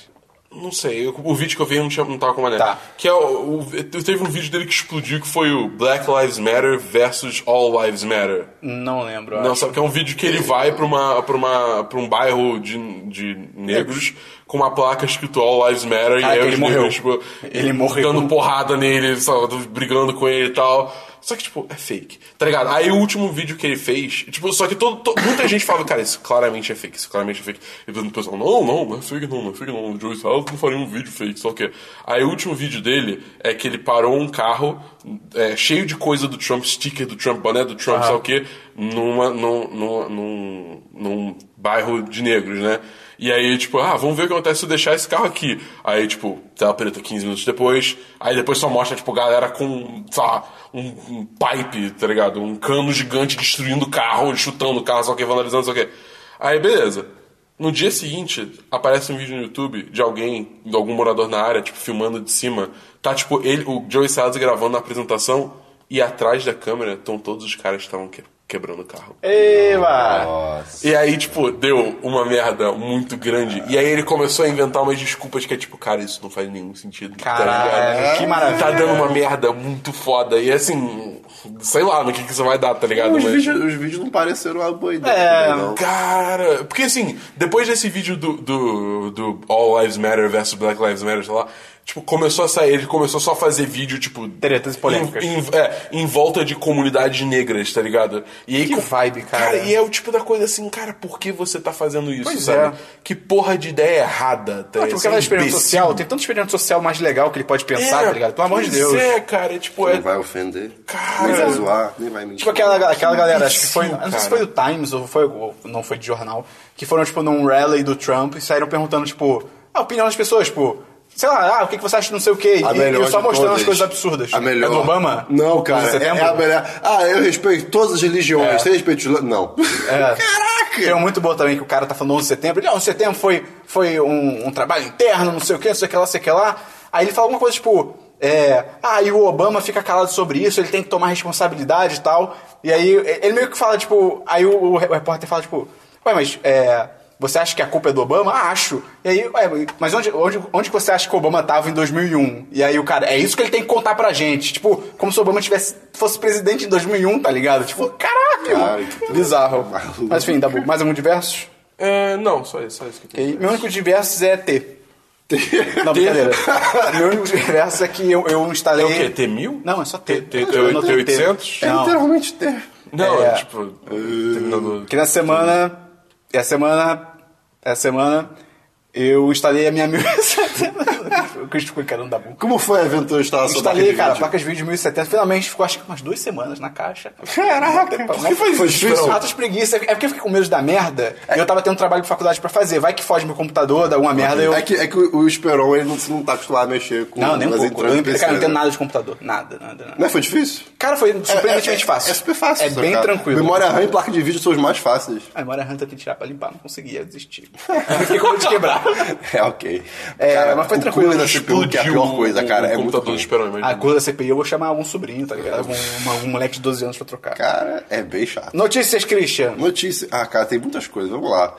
S2: Não sei, eu- o vídeo que eu vi não, tinha, não tava com maneira.
S1: Tá.
S2: Que é o, o- teve um vídeo dele que explodiu, que foi o Black Lives Matter versus All Lives Matter.
S1: Não lembro.
S2: Não,
S1: acho.
S2: sabe que é um vídeo que ele vai pra, uma, pra, uma, pra um bairro de, de negros com uma placa escrito All Lives Matter
S1: Cara,
S2: e aí
S1: que ele
S2: os
S1: morreu.
S2: negros, tipo,
S1: Ele morreu.
S2: dando porrada nele, sabe, brigando com ele e tal. Só que, tipo, é fake, tá ligado? Aí o último vídeo que ele fez, tipo, só que todo, to- muita gente fala, cara, isso claramente é fake, isso claramente é fake. E todo mundo pensa, não, não, não é fake não, não é fake não. O Joey Salads não faria um vídeo fake, só que... Aí o último vídeo dele é que ele parou um carro é, cheio de coisa do Trump, sticker do Trump, boné do Trump, sabe o quê? Numa, num, num, num, num bairro de negros, né? E aí, tipo, ah, vamos ver o que acontece se eu deixar esse carro aqui. Aí, tipo, tela preta 15 minutos depois. Aí depois só mostra, tipo, galera com, sei lá, um, um pipe, tá ligado? Um cano gigante destruindo o carro, chutando o carro, só que vandalizando, só que. Aí, beleza. No dia seguinte, aparece um vídeo no YouTube de alguém, de algum morador na área, tipo, filmando de cima. Tá, tipo, ele, o Joey Salads gravando na apresentação e atrás da câmera estão todos os caras que estavam que- quebrando o carro. Ah,
S1: Eba!
S3: Nossa.
S2: E aí, tipo, deu uma merda muito grande. E aí ele começou a inventar umas desculpas que é tipo, cara, isso não faz nenhum sentido. tá
S1: Caralho,
S2: ligado?
S1: que maravilha.
S2: Tá dando uma merda muito foda. E assim, sei lá no que, que isso vai dar, tá ligado?
S3: Os
S2: Mas-
S3: vídeos, os vídeos não pareceram uma boa ideia,
S1: É.
S3: não.
S2: Cara, porque assim, depois desse vídeo do, do, do All Lives Matter versus Black Lives Matter, sei lá, tipo, começou a sair, ele começou só a fazer vídeo, tipo.
S1: Tretas e polêmicas.
S2: Em, em- é, em volta de comunidades negras, tá ligado? E aí,
S1: Que vibe, cara.
S2: e é o tipo da coisa assim, cara, por que você tá fazendo isso,
S1: Pois
S2: sabe?
S1: é.
S2: Que porra de ideia errada, tá
S1: Não, tipo, aquela experimento
S2: Imbecil.
S1: social, tem tanto experimento social mais legal que ele pode pensar,
S2: É,
S1: tá ligado? Pelo amor de
S2: pois
S1: Deus.
S2: É, cara, é, tipo, é.
S3: Não vai ofender.
S2: Cara.
S1: é.
S3: Nem vai zoar, nem vai mentir.
S1: Tipo aquela, aquela galera, acho que foi.
S2: imbecil,
S1: Não sei se
S2: cara.
S1: foi do Times ou foi ou não foi de jornal, que foram, tipo, num rally do Trump e saíram perguntando, tipo, a opinião das pessoas, tipo, sei lá, ah, o que que você acha de não sei o quê?
S3: A
S1: e,
S3: melhor
S1: e só
S3: de
S1: mostrando
S3: todas.
S1: as coisas absurdas.
S3: A melhor.
S1: É do Obama?
S3: Não,
S1: Do
S3: cara. É
S1: setembro?
S3: a melhor. Ah, eu respeito todas as religiões. Você respeita os... la- Não.
S1: É. Tem um
S3: Caraca!
S1: muito bom também que o cara tá falando 11 de setembro. Não, 11 de setembro foi, foi um, um trabalho interno, não sei o que, não sei o que lá, não sei o que lá. Aí ele fala alguma coisa tipo. É, ah, e o Obama fica calado sobre isso, ele tem que tomar responsabilidade e tal. E aí e- ele meio que fala, tipo. Aí o, o re- o repórter fala, tipo, ué, mas é, você acha que a culpa é do Obama? Ah, acho. E aí, ué, mas onde, onde, onde que você acha que o Obama tava em 2001? E aí o cara, é isso que ele tem que contar pra gente. Tipo, como se o Obama tivesse, fosse presidente em 2001, tá ligado? Tipo, caralho!
S3: Cara, que-
S1: Bizarro.
S3: Maluco.
S1: Mas enfim, Dabu, mais algum diversos?
S2: É, não, só isso, só isso que eu tenho.
S1: Ok. Meu único diversos é T. Não, brincadeira. Meu único diversos é que eu, eu instalei.
S2: É o quê? T1000?
S1: Não, é só T.
S2: T- T-
S1: Eu não tenho T.
S2: T800?
S3: É
S1: Não.
S3: literalmente ter.
S2: Não, é,
S1: É.
S2: tipo. terminando-
S1: Que na semana. Essa semana. Essa semana. Eu instalei a minha 1060. o Christopher cara não dá bom.
S3: Como foi a aventura de instalação da
S1: Instalei,
S3: rede
S1: tá cara,
S3: vídeo?
S1: placas de vídeo 1070. Finalmente ficou acho que umas duas semanas na caixa.
S3: Caraca, por que foi isso? Então?
S1: Foi
S3: É.
S1: difícil. Atos preguiça. É porque eu fiquei com medo da merda. E eu tava tendo trabalho de faculdade pra fazer. Vai que foge meu computador, dá alguma merda. Eu...
S3: É que, é que o o Esperon ele não, não tá acostumado a mexer com
S1: Não, nem um
S3: as
S1: pouco.
S3: entradas
S1: Eu,
S3: do PC,
S1: cara, não tenho
S3: né?
S1: nada de computador. Nada, nada, nada.
S3: Não foi difícil?
S1: Cara, foi surpreendentemente
S3: É- é-
S1: fácil.
S3: É super fácil.
S1: É
S3: sabe,
S1: bem
S3: cara?
S1: tranquilo.
S3: Memória RAM e placa de vídeo são os mais fáceis.
S1: A memória RAM tem que tirar pra limpar, não conseguia desistir. Fiquei com medo de quebrar.
S3: É, ok.
S1: É, mas foi
S3: o
S1: tranquilo, um
S3: cooler da CPU que é a pior coisa, cara.
S2: O
S3: é muito
S2: computador né?
S3: ruim.
S2: do Esperão,
S1: A
S2: imagina.
S1: cor da CPI eu vou chamar algum sobrinho, tá ligado? Algum, uma- um moleque de 12 anos pra trocar.
S3: Cara, é bem chato.
S1: Notícias, Christian.
S3: Notícia. Ah, cara, tem muitas coisas, vamos lá.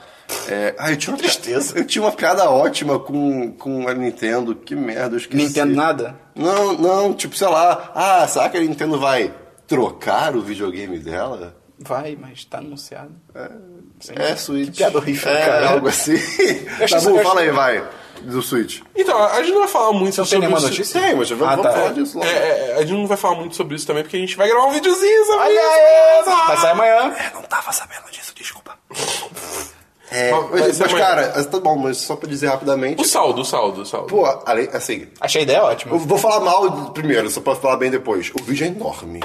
S3: É, ah, eu tinha uma
S1: Tristeza.
S3: pi- Eu tinha uma piada ótima com, com a Nintendo. Que merda, eu esqueci.
S1: Nintendo nada?
S3: Não, não, tipo, sei lá. Ah, será que a Nintendo vai trocar o videogame dela?
S1: Vai, mas tá anunciado. Sim.
S3: É, Switch.
S1: Que piada horrível,
S3: é,
S1: cara.
S3: algo assim.
S1: acho
S3: tá
S1: isso-
S3: bom,
S1: eu
S3: fala aí,
S1: acho-
S3: vai. Do Switch.
S2: Então, a gente não vai falar muito
S1: não tem
S2: sobre
S1: nenhuma
S2: isso.
S1: notícia?
S3: Tem, mas vamos
S1: Ah, tá.
S3: falar disso logo.
S2: É, é, a gente não vai falar muito sobre isso também, porque a gente vai gravar um videozinho sobre
S1: Olha aí!
S2: isso. Ah!
S1: Vai sair amanhã.
S3: não tava sabendo disso, desculpa. É,
S2: Mas-
S3: mas,
S2: mas
S3: mas,
S2: amanhã-
S3: cara, tá bom, mas só pra dizer rapidamente.
S2: O saldo, o saldo, o saldo.
S3: Pô, além- assim,
S1: Achei a ideia
S3: eu
S1: ótima.
S3: vou falar mal primeiro, só pra falar bem depois. O vídeo é enorme.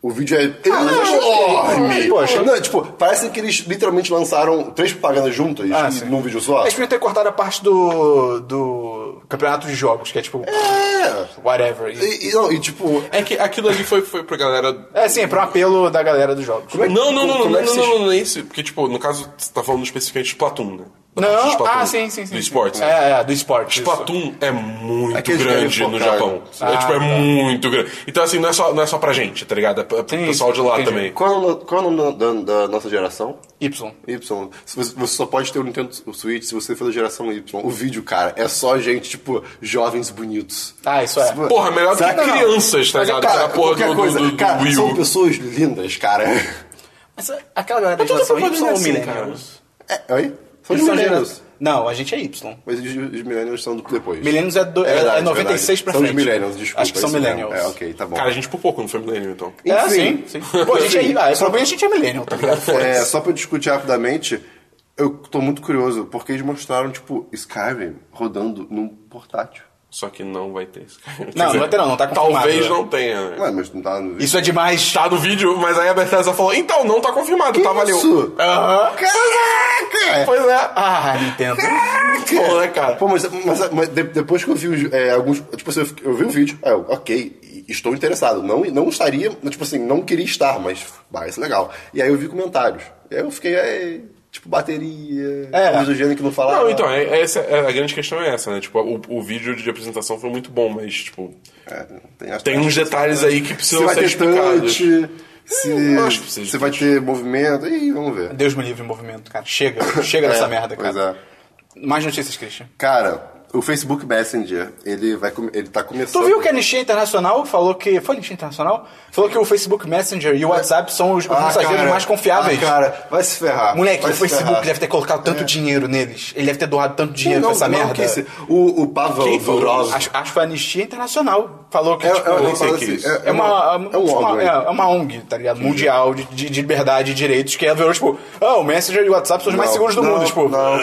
S3: O vídeo é enorme!
S1: Poxa.
S3: Não, tipo, parece que eles literalmente lançaram três propagandas juntas
S1: Ah,
S3: e-
S1: sim.
S3: num vídeo
S2: É
S3: só.
S2: tipo-
S1: Eles podiam ter cortado a parte do. do campeonato de jogos, que é tipo.
S3: É.
S1: Whatever. E-
S3: E, e não, e tipo,
S2: É que aquilo ali foi, foi pra galera
S1: É sim, é pra um apelo da galera dos jogos.
S3: é que-
S2: Não, não, não,
S3: como
S2: não,
S3: é que
S2: não,
S3: se-
S2: não, não, não é isso. Porque, tipo, no caso, você tá falando especificamente de Splatoon, né? Da parte de
S1: Não,
S2: Splatoon,
S1: ah, sim, sim, sim.
S2: Do
S1: sim.
S2: esporte.
S1: É, é, do esporte. isso.
S2: Splatoon é muito
S3: É que eles
S2: grande
S3: querem
S2: no
S3: focar.
S2: Japão. é,
S1: Ah,
S2: tipo, é
S1: tá.
S2: muito grande. Então, assim, não é só, não é só pra gente, tá ligado? É pro pro
S1: Sim,
S2: pessoal de lá
S1: entendi.
S2: também.
S3: Qual é o nome, qual é o nome da, da- da nossa geração?
S1: Y.
S3: Y. Se Você, você só pode ter o Nintendo Switch se você for da geração Y. O vídeo, cara, é só gente, tipo, jovens bonitos.
S1: Ah, isso é.
S2: Porra, melhor do que
S3: Será que não?
S2: crianças, tá
S1: Mas é
S2: ligado?
S3: Cara,
S2: Da porra
S3: qualquer
S2: do,
S3: coisa.
S2: do, do,
S3: cara,
S2: Wii
S3: são
S2: U.
S3: pessoas lindas, cara.
S1: Mas aquela galera da
S2: toda
S1: geração Y é um né?
S2: propaganda
S1: Então,
S2: assim,
S1: são millennials.
S3: É, oi? São
S1: Eles
S3: os
S1: são
S3: millennials.
S1: gera- Não, a gente é Y.
S3: Mas os, os millennials são do depois.
S1: Millennials é, do, é,
S3: verdade,
S1: é 96
S3: verdade. são
S1: pra frente.
S3: São os millennials, desculpa.
S1: Acho que são
S3: isso mesmo.
S1: millennials.
S3: É, ok, tá bom.
S2: Cara, a gente por pouco não foi millennial, então.
S1: É,
S3: Enfim.
S1: sim, sim. Pô, a gente é, ah, é só... a gente é millennial, tá ligado?
S3: É,
S1: Foda-se.
S3: só pra eu discutir rapidamente, eu tô muito curioso, porque eles mostraram, tipo, Skyrim rodando num portátil.
S2: Só que não vai ter isso.
S1: Não, não vai ter não, não tá confirmado,
S2: Talvez
S1: né?
S2: não tenha. né?
S3: Ué, mas não tá no vídeo.
S1: Isso é demais.
S2: Tá no vídeo, mas aí a Bethesda falou, então, não tá confirmado, tá, valeu.
S3: isso?
S1: Aham.
S3: Caraca!
S1: Pois é. Ah, Nintendo. Pô, né, cara?
S3: Pô, mas, mas- mas de- depois que eu vi os, é, alguns. Tipo assim, eu, fiquei- eu vi o vídeo, aí eu, ok, e- estou interessado. Não, não estaria, tipo assim, não queria estar, mas vai ser legal. E aí eu vi comentários. E aí eu fiquei, é, tipo, bateria,
S1: É.
S3: misogênia que não falava.
S2: Não, então, é, é essa- é- a grande questão é essa, né? Tipo, o, o vídeo de apresentação foi muito bom, mas, tipo,
S3: É, tem, as-
S2: tem um uns detalhes aí que
S3: Se
S2: precisam
S3: vai
S2: ser
S3: ter
S2: explicados.
S3: touch, se,
S2: É, eu acho que precisa de
S3: se vai ter movimento, e vamos ver.
S1: Deus me livre em movimento, cara. Chega, chega dessa
S3: É,
S1: merda, cara.
S3: Pois é.
S1: Mais notícias, Christian.
S3: Cara, o Facebook Messenger, ele, vai, come- ele tá começando.
S1: Tu viu que é a Anistia Internacional falou que. Foi a Anistia Internacional? Falou que o Facebook Messenger e o WhatsApp são os, os
S3: Ah,
S1: mensageiros
S3: cara.
S1: tipo, mais confiáveis.
S3: Ah, cara, vai se ferrar.
S1: Moleque,
S3: vai
S1: o
S3: se
S1: Facebook
S3: ferrar.
S1: deve ter colocado tanto dinheiro neles. Ele deve ter doado tanto dinheiro
S3: não,
S1: pra essa
S3: não,
S1: merda.
S3: que esse- o, o Pavel
S2: Quem falou?
S3: Durov-
S1: Acho, acho que foi a Anistia Internacional. Falou que,
S3: É,
S1: tipo,
S3: é uma
S2: nem sei
S3: parada
S2: que é
S3: assim,
S2: isso.
S1: É uma,
S3: é um
S1: tipo,
S3: órgão.
S1: uma-
S3: aí.
S1: é, é uma ONG, tá ligado? Mundial de, de, de liberdade e direitos, que é virou, tipo, ah, o Messenger e o WhatsApp são os mais
S3: Não,
S1: seguros do
S3: não,
S1: mundo, tipo.
S3: Não,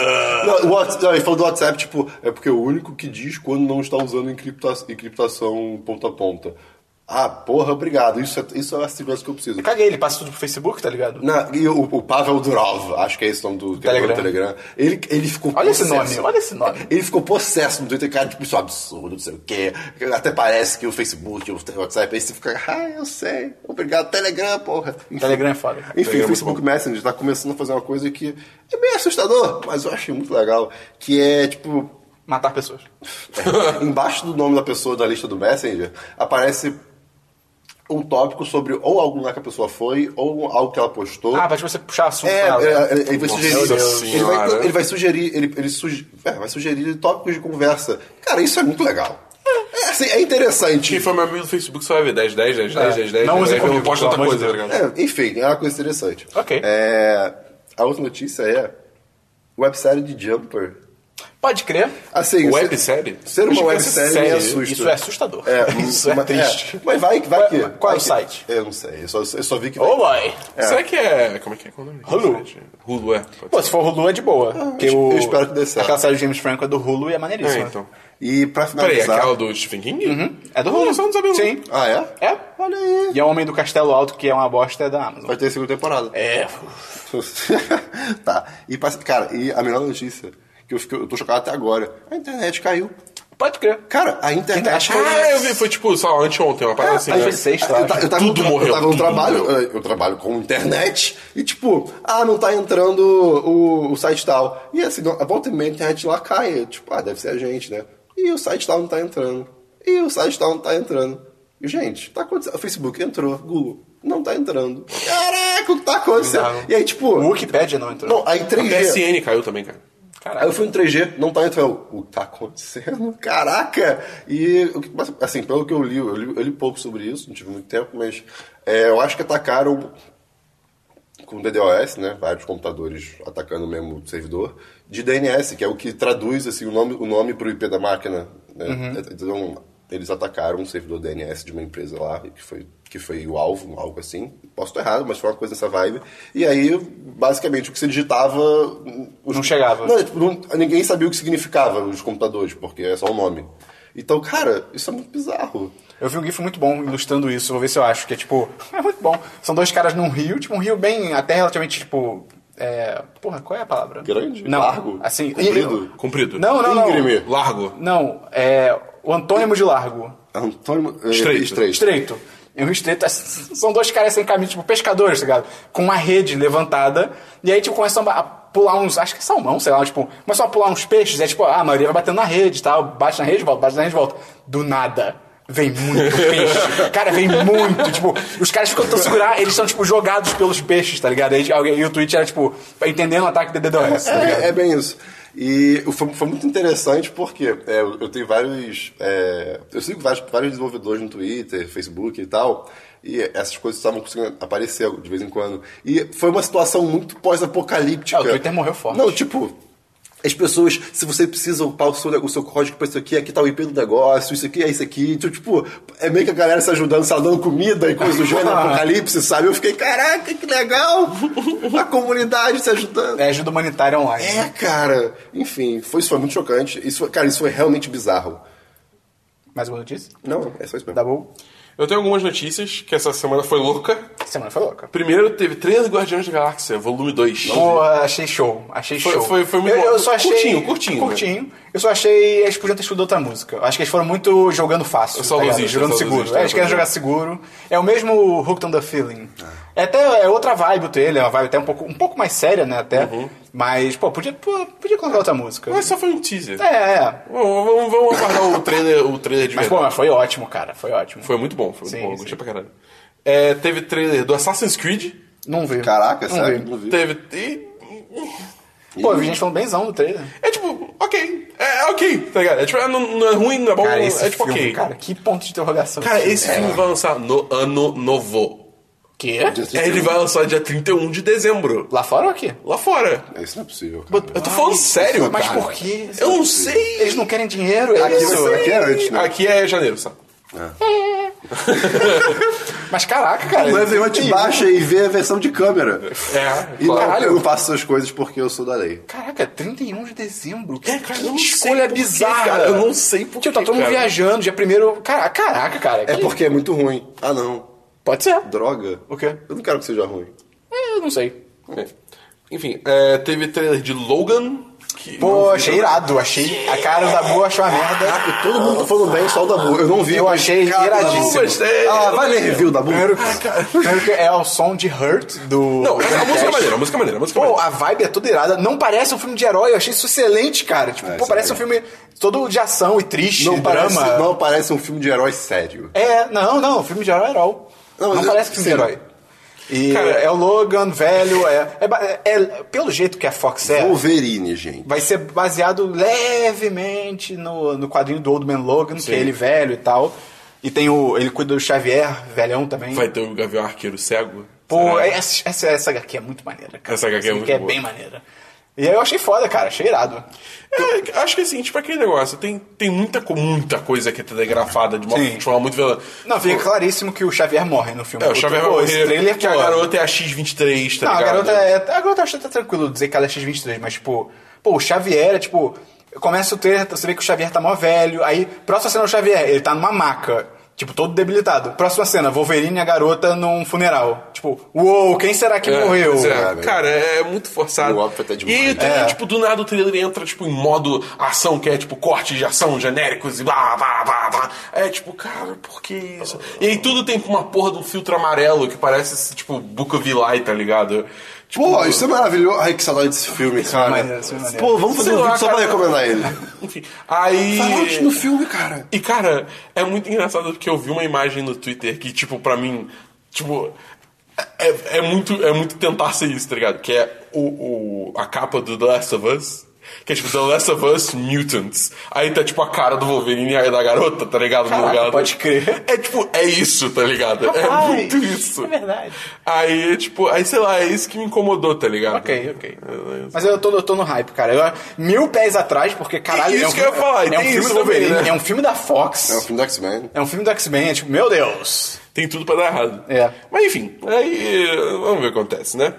S3: Não, o WhatsApp, não, ele falou do WhatsApp, tipo, é porque é o único que diz quando não está usando encripta- encriptação ponta a ponta. Ah, porra, obrigado. Isso é, isso é a segurança que eu preciso.
S1: Caguei, ele passa tudo pro Facebook, tá ligado?
S3: Na- e o, o Pavel Durov, acho que é esse o nome do criador do Telegram. Ele, ele ficou
S1: Olha esse nome, olha esse nome.
S3: Ele ficou possesso no Twitter, cara, tipo, isso é um absurdo, não sei o quê. Até parece que o Facebook, o WhatsApp, aí você fica, ah, eu sei, obrigado, Telegram, porra. Enfim,
S1: Telegram é foda.
S3: enfim
S2: Telegram é
S3: o Facebook Messenger tá começando a fazer uma coisa que é meio assustador, mas eu achei muito legal, que é, tipo,
S1: Matar pessoas.
S3: é, embaixo do nome da pessoa da lista do Messenger, aparece um tópico sobre ou algum lugar que a pessoa foi, ou algo que ela postou.
S1: Ah, pra tipo, você puxar assunto
S3: É,
S1: com ela.
S3: é, é, ele vai
S2: Nossa
S3: sugerir. Ele
S2: senhora.
S3: vai, ele vai sugerir, ele, ele suge- é, vai sugerir tópicos de conversa. Cara, isso é muito legal. É, assim, é interessante.
S2: Quem foi meu amigo do Facebook só vai ver 10, 10, 10, 10, 10, 10.
S1: É. Não usem
S2: 10, 10, eu
S1: comigo,
S2: não posto outra
S1: pelo amor de
S2: coisa, tá
S1: Deus.
S2: ligado?
S3: É, enfim, é uma coisa interessante.
S1: Ok.
S3: É, a outra notícia é websérie de Jumper
S1: Pode crer.
S3: Assim, ser-
S2: Websérie?
S3: Ser
S2: Acho
S3: uma
S2: que
S3: websérie
S2: essa
S3: me
S2: série-
S3: assusta.
S1: Isso é assustador. isso é
S3: mas-
S1: triste.
S3: é, mas vai, vai
S1: Qual-
S3: que.
S1: qual
S3: vai
S1: é o
S3: que-
S1: site?
S3: Eu não sei. Eu só, eu só vi que.
S1: Oh,
S3: vai-
S1: boy.
S2: Será que é. Como é que é o nome?
S1: Hulu.
S2: Hulu, é. pode
S1: Pô,
S2: ser.
S1: se for Hulu é de boa. porque
S3: eu
S1: o-
S3: espero que dê certo.
S1: Aquela série do James Franco é do Hulu e é maneiríssima.
S2: É, então.
S3: E pra
S2: Peraí,
S3: finalizar.
S2: aquela do Stephen King?
S1: É do Hulu.
S2: eu só não sabia, não.
S1: Sim.
S3: Ah, é?
S1: É.
S3: Olha aí.
S1: E é o Homem do Castelo Alto, que é uma bosta, é da Amazon.
S3: Vai ter segunda temporada.
S1: É.
S3: tá. E, pra- cara, e a melhor notícia, que eu, fiquei, eu tô chocado até agora, a internet caiu.
S1: Pode crer.
S3: Cara, a internet...
S1: Então, acho que-
S2: Ah, eu vi, foi tipo, sei lá, anteontem, uma parada assim.
S1: às
S2: né?
S1: vezes sexta, eu
S3: eu,
S1: acho.
S3: ta- eu tava
S2: Tudo
S3: no, tra-
S2: morreu,
S3: Eu tava no
S2: tudo
S3: trabalho,
S2: morreu.
S3: eh, eu trabalho com internet, e tipo, ah, não tá entrando o, o site tal. E assim, não- a volta e meia a internet lá cai, tipo, ah, deve ser a gente, né? E o site tal não tá entrando. E o site tal não tá entrando. E, gente, tá acontecendo. O Facebook entrou, Google não tá entrando. Caraca, o que tá acontecendo?
S1: Não.
S3: E aí, tipo.
S1: O Wikipedia não entrou.
S3: Não, aí 3G.
S2: A PSN caiu também, cara.
S3: Aí eu fui no 3G, não tá entrando. O que tá acontecendo? Caraca! E, o que- mas, assim, pelo que eu li, eu li, eu li pouco sobre isso, não tive muito tempo, mas é, eu acho que atacaram com o DDoS, né? Vários computadores atacando o mesmo servidor, de DNS, que é o que traduz assim, o nome, o nome pro IP da máquina. Né?
S1: Uhum.
S3: Então, eles atacaram um servidor DNS de uma empresa lá, que foi, que foi o alvo, algo assim. Posso estar errado, mas foi uma coisa nessa vibe. E aí, basicamente, o que você digitava. hum, os-
S1: Não chegava.
S3: Não, tipo, não- ninguém sabia o que significava os computadores, porque é só o nome. Então, cara, isso é muito bizarro.
S1: Eu vi um GIF muito bom ilustrando isso, vou ver se eu acho, que é tipo, é muito bom. São dois caras num rio, tipo um rio bem, até relativamente, tipo, é... Porra, qual é a palavra?
S3: Grande?
S1: Não,
S3: Largo?
S1: Assim,
S3: Comprido?
S2: Comprido.
S1: Não, não, não.
S3: Íngreme?
S2: Largo.
S1: Não, é o antônimo de largo.
S3: Antônio. eh,
S2: Estreito.
S1: Estreito. É um rio estreito. São dois caras sem caminho, tipo pescadores, tá ligado? Com uma rede levantada. E aí, tipo, começam a pular uns. Acho que é salmão, sei lá. Tipo, começam a pular uns peixes. É tipo, ah, a maioria vai batendo na rede e tal. Bate na rede, volta, bate na rede, volta. Do nada. Vem muito peixe. Cara, vem muito. Tipo, os caras ficam tentando segurar, eles são, tipo, jogados pelos peixes, tá ligado? Aí, alguém- e o tweet era, tipo, entendendo o ataque do DDoS, tá ligado?
S3: É, é bem isso. E o- foi, foi muito interessante porque é, eu eu tenho vários. é, eu sigo vários, vários desenvolvedores no Twitter, Facebook e tal. E essas coisas estavam conseguindo aparecer de vez em quando. E foi uma situação muito pós-apocalíptica.
S1: Ah, o Twitter morreu forte.
S3: Não, tipo. As pessoas, se você precisa upar o seu, o seu código pra isso aqui, aqui tá o IP do negócio, isso aqui é isso aqui. Então, tipo, é meio que a galera se ajudando, se dando comida e coisa do gênero, apocalipse, sabe? Eu fiquei, caraca, que legal! A comunidade se ajudando.
S1: É ajuda humanitária online.
S3: É, cara. Enfim, foi, isso foi muito chocante. Isso, foi- cara, isso foi realmente bizarro.
S1: Mais alguma notícia?
S3: Não, é só isso mesmo.
S1: Tá bom?
S2: Eu tenho algumas notícias, que essa semana foi louca.
S1: Semana foi louca.
S2: Primeiro teve 13 Guardiões da Galáxia, volume 2.
S1: Pô, achei show. Achei
S2: Foi-
S1: show.
S2: foi- foi muito
S1: eu,
S2: bom.
S1: eu só achei.
S2: Curtinho, curtinho,
S1: Curtinho. Eu só achei. Eles podiam ter estudado outra música. Eu acho que eles foram muito jogando fácil. Tá ligado?
S2: Saudosista,
S1: jogando
S2: saudosista,
S1: seguro. É, eles
S2: tá ligado?
S1: querem jogar seguro. É o mesmo Hooked on the Feeling. É até é outra vibe o trailer, é uma vibe até um pouco, um pouco mais séria, né? Até. Mas, pô, podia, pô, podia colocar outra música.
S2: Uhum. Mas só foi um teaser.
S1: É, é.
S2: Vamos, vamos- vamos aguardar o trailer, o trailer de
S1: Mas, pô,
S2: verdade.
S1: mas foi ótimo, cara. Foi ótimo.
S2: Foi muito bom, foi muito
S1: Sim,
S2: bom. eu
S1: sim.
S2: Gostei pra caralho. É, teve trailer do Assassin's Creed.
S1: Não vi.
S3: Caraca,
S1: não
S3: sério?
S1: Vi.
S3: Não vi.
S2: Teve. e-
S1: Pô, eu vi gente falando benzão do trailer.
S2: É tipo, ok. É, é ok, tá ligado? É tipo, é, não, não é ruim, não é bom,
S1: Cara, esse
S2: é tipo
S1: filme,
S2: ok.
S1: cara, que ponto de interrogação.
S2: Cara, esse
S1: é.
S2: filme vai lançar no ano novo.
S1: Quê?
S2: É, ele vai lançar dia 31 de dezembro.
S1: Lá fora ou aqui?
S2: Lá fora.
S3: Isso não é possível, cara.
S2: Eu
S1: Ah,
S2: tô falando sério,
S1: Mas
S2: cara.
S1: é por quê?
S2: Eu não sei.
S1: Eles não querem dinheiro, é
S3: Aqui,
S1: isso.
S3: vai- aqui é antes, né?
S2: Aqui é janeiro, sabe?
S1: Mas caraca, cara.
S3: O Level te é baixa e vê a versão de câmera.
S2: É,
S3: E não,
S2: claro.
S1: Caralho.
S3: eu não faço essas coisas porque eu sou da lei.
S1: Caraca, 31 de dezembro. Que,
S2: É, cara, eu
S1: que
S2: não sei
S1: escolha
S2: por quê,
S1: bizarra.
S2: cara, eu não sei por
S1: Tipo, tá
S2: quê,
S1: todo mundo
S2: cara.
S1: viajando, dia primeiro. Cara, caraca, cara.
S3: É
S1: que-
S3: porque é muito ruim. Ah, não.
S1: Pode ser.
S3: Droga.
S1: O quê?
S3: Eu não quero que seja ruim.
S1: É, eu não sei.
S2: Ok. Enfim, é, teve trailer de Logan. Que
S1: Pô, achei irado, achei. A cara da boa achou uma merda.
S3: Caraca, todo mundo tá falando bem, só o Dabu. Eu não vi.
S1: Eu
S3: mas,
S1: achei
S3: cara,
S1: iradíssimo.
S3: eu gostei. Ah, vai ler review, Dabu.
S1: Primeiro, primeiro que é o som de Hurt do.
S2: Não, a
S1: do
S2: música é
S1: Dreamcast.
S2: maneira, a música é maneira, a música é
S1: Pô,
S2: maneira.
S1: a vibe é toda irada. Não parece um filme de herói, eu achei isso excelente, cara. Tipo,
S3: É,
S1: pô,
S3: isso
S1: parece
S3: é
S1: um filme todo de ação e triste,
S3: Não
S1: e drama.
S3: parece, não parece um filme de herói sério.
S1: É, não, não, filme de herói é herói.
S3: Não,
S1: Não,
S3: mas eu-
S1: parece filme de
S3: sim.
S1: herói. E
S2: Cara,
S1: é o Logan, velho, é, é ba- é- é- Pelo jeito que a Fox é,
S3: Wolverine, gente.
S1: vai ser baseado levemente no, no quadrinho do Old Man Logan, que é ele velho e tal. E tem o. Ele cuida do Xavier, velhão também.
S2: Vai ter o Gavião Arqueiro cego.
S1: Pô, é,
S2: Será?
S1: essa, essa, essa HQ é muito maneira, cara.
S2: Essa HQ é muito
S1: é
S2: boa.
S1: bem maneira. E aí eu achei foda, cara, achei irado.
S2: É, acho que assim, tipo aquele negócio, tem, tem muita, co- muita coisa que é telegrafada de uma,
S1: Sim.
S2: de forma muito velada.
S1: Não, fica claríssimo que o Xavier morre no filme.
S2: É, o Xavier vai
S1: Pô, Esse
S2: morrer,
S1: trailer,
S2: que a
S1: pô.
S2: garota é a X23, tá
S1: Não, a
S2: ligado?
S1: garota é. A garota eu acho que tá tranquilo dizer que ela é X23, mas, tipo, pô, o Xavier é tipo. Começa o trailer, você vê que o Xavier tá mó velho. Aí, próxima cena do Xavier, ele tá numa maca. Tipo, todo debilitado. Próxima cena, Wolverine e a garota num funeral. Tipo, uou, quem será que
S2: É,
S1: morreu?
S2: pois é. cara,
S3: cara.
S2: é muito forçado.
S3: O óbvio até demais.
S2: E aí o trailer,
S1: É.
S2: tipo, do nada o trailer entra, tipo, em modo ação, que é, tipo, cortes de ação genéricos e blá, blá, blá, blá. É, tipo, cara, por que isso? E aí tudo tem uma porra de um filtro amarelo que parece, tipo, Book of Eli, tá ligado? Tipo,
S3: Pô, isso é maravilhoso. Ai, que saudade desse filme, cara.
S1: maneiro, isso é maneiro.
S3: Pô, vamos fazer
S2: Sei
S3: um
S2: lá,
S3: vídeo só pra
S2: cara.
S3: recomendar ele.
S2: Enfim, aí...
S3: Fallout no filme, cara.
S2: E, cara, é muito engraçado porque eu vi uma imagem no Twitter que, tipo, pra mim, tipo. É, é muito, é muito tentar ser isso, tá ligado? Que é o, o- a capa do The Last of Us. Que é tipo The Last of Us Mutants. Aí tá tipo a cara do Wolverine e a da garota, tá ligado? no
S1: Caraca,
S2: lugar do-
S1: Ah, pode crer.
S2: É tipo, é isso, tá ligado? é
S1: Rapaz,
S2: muito isso.
S1: é verdade.
S2: Aí, tipo, aí sei lá, é isso que me incomodou, tá ligado?
S1: Ok, ok. Mas eu tô, eu tô no hype, cara. Eu, mil pés atrás, porque caralho.
S2: Isso
S1: é um
S2: que eu ia
S1: filme-
S2: falar,
S1: É um
S2: tem
S1: filme
S2: isso
S1: do
S2: também,
S1: Wolverine,
S2: né?
S1: é um filme da Fox.
S3: É o filme do X-Men.
S1: É um filme do X-Men, é tipo, meu Deus.
S2: Tem tudo pra dar errado.
S1: É.
S2: Mas enfim, aí eh, vamos ver o que acontece, né?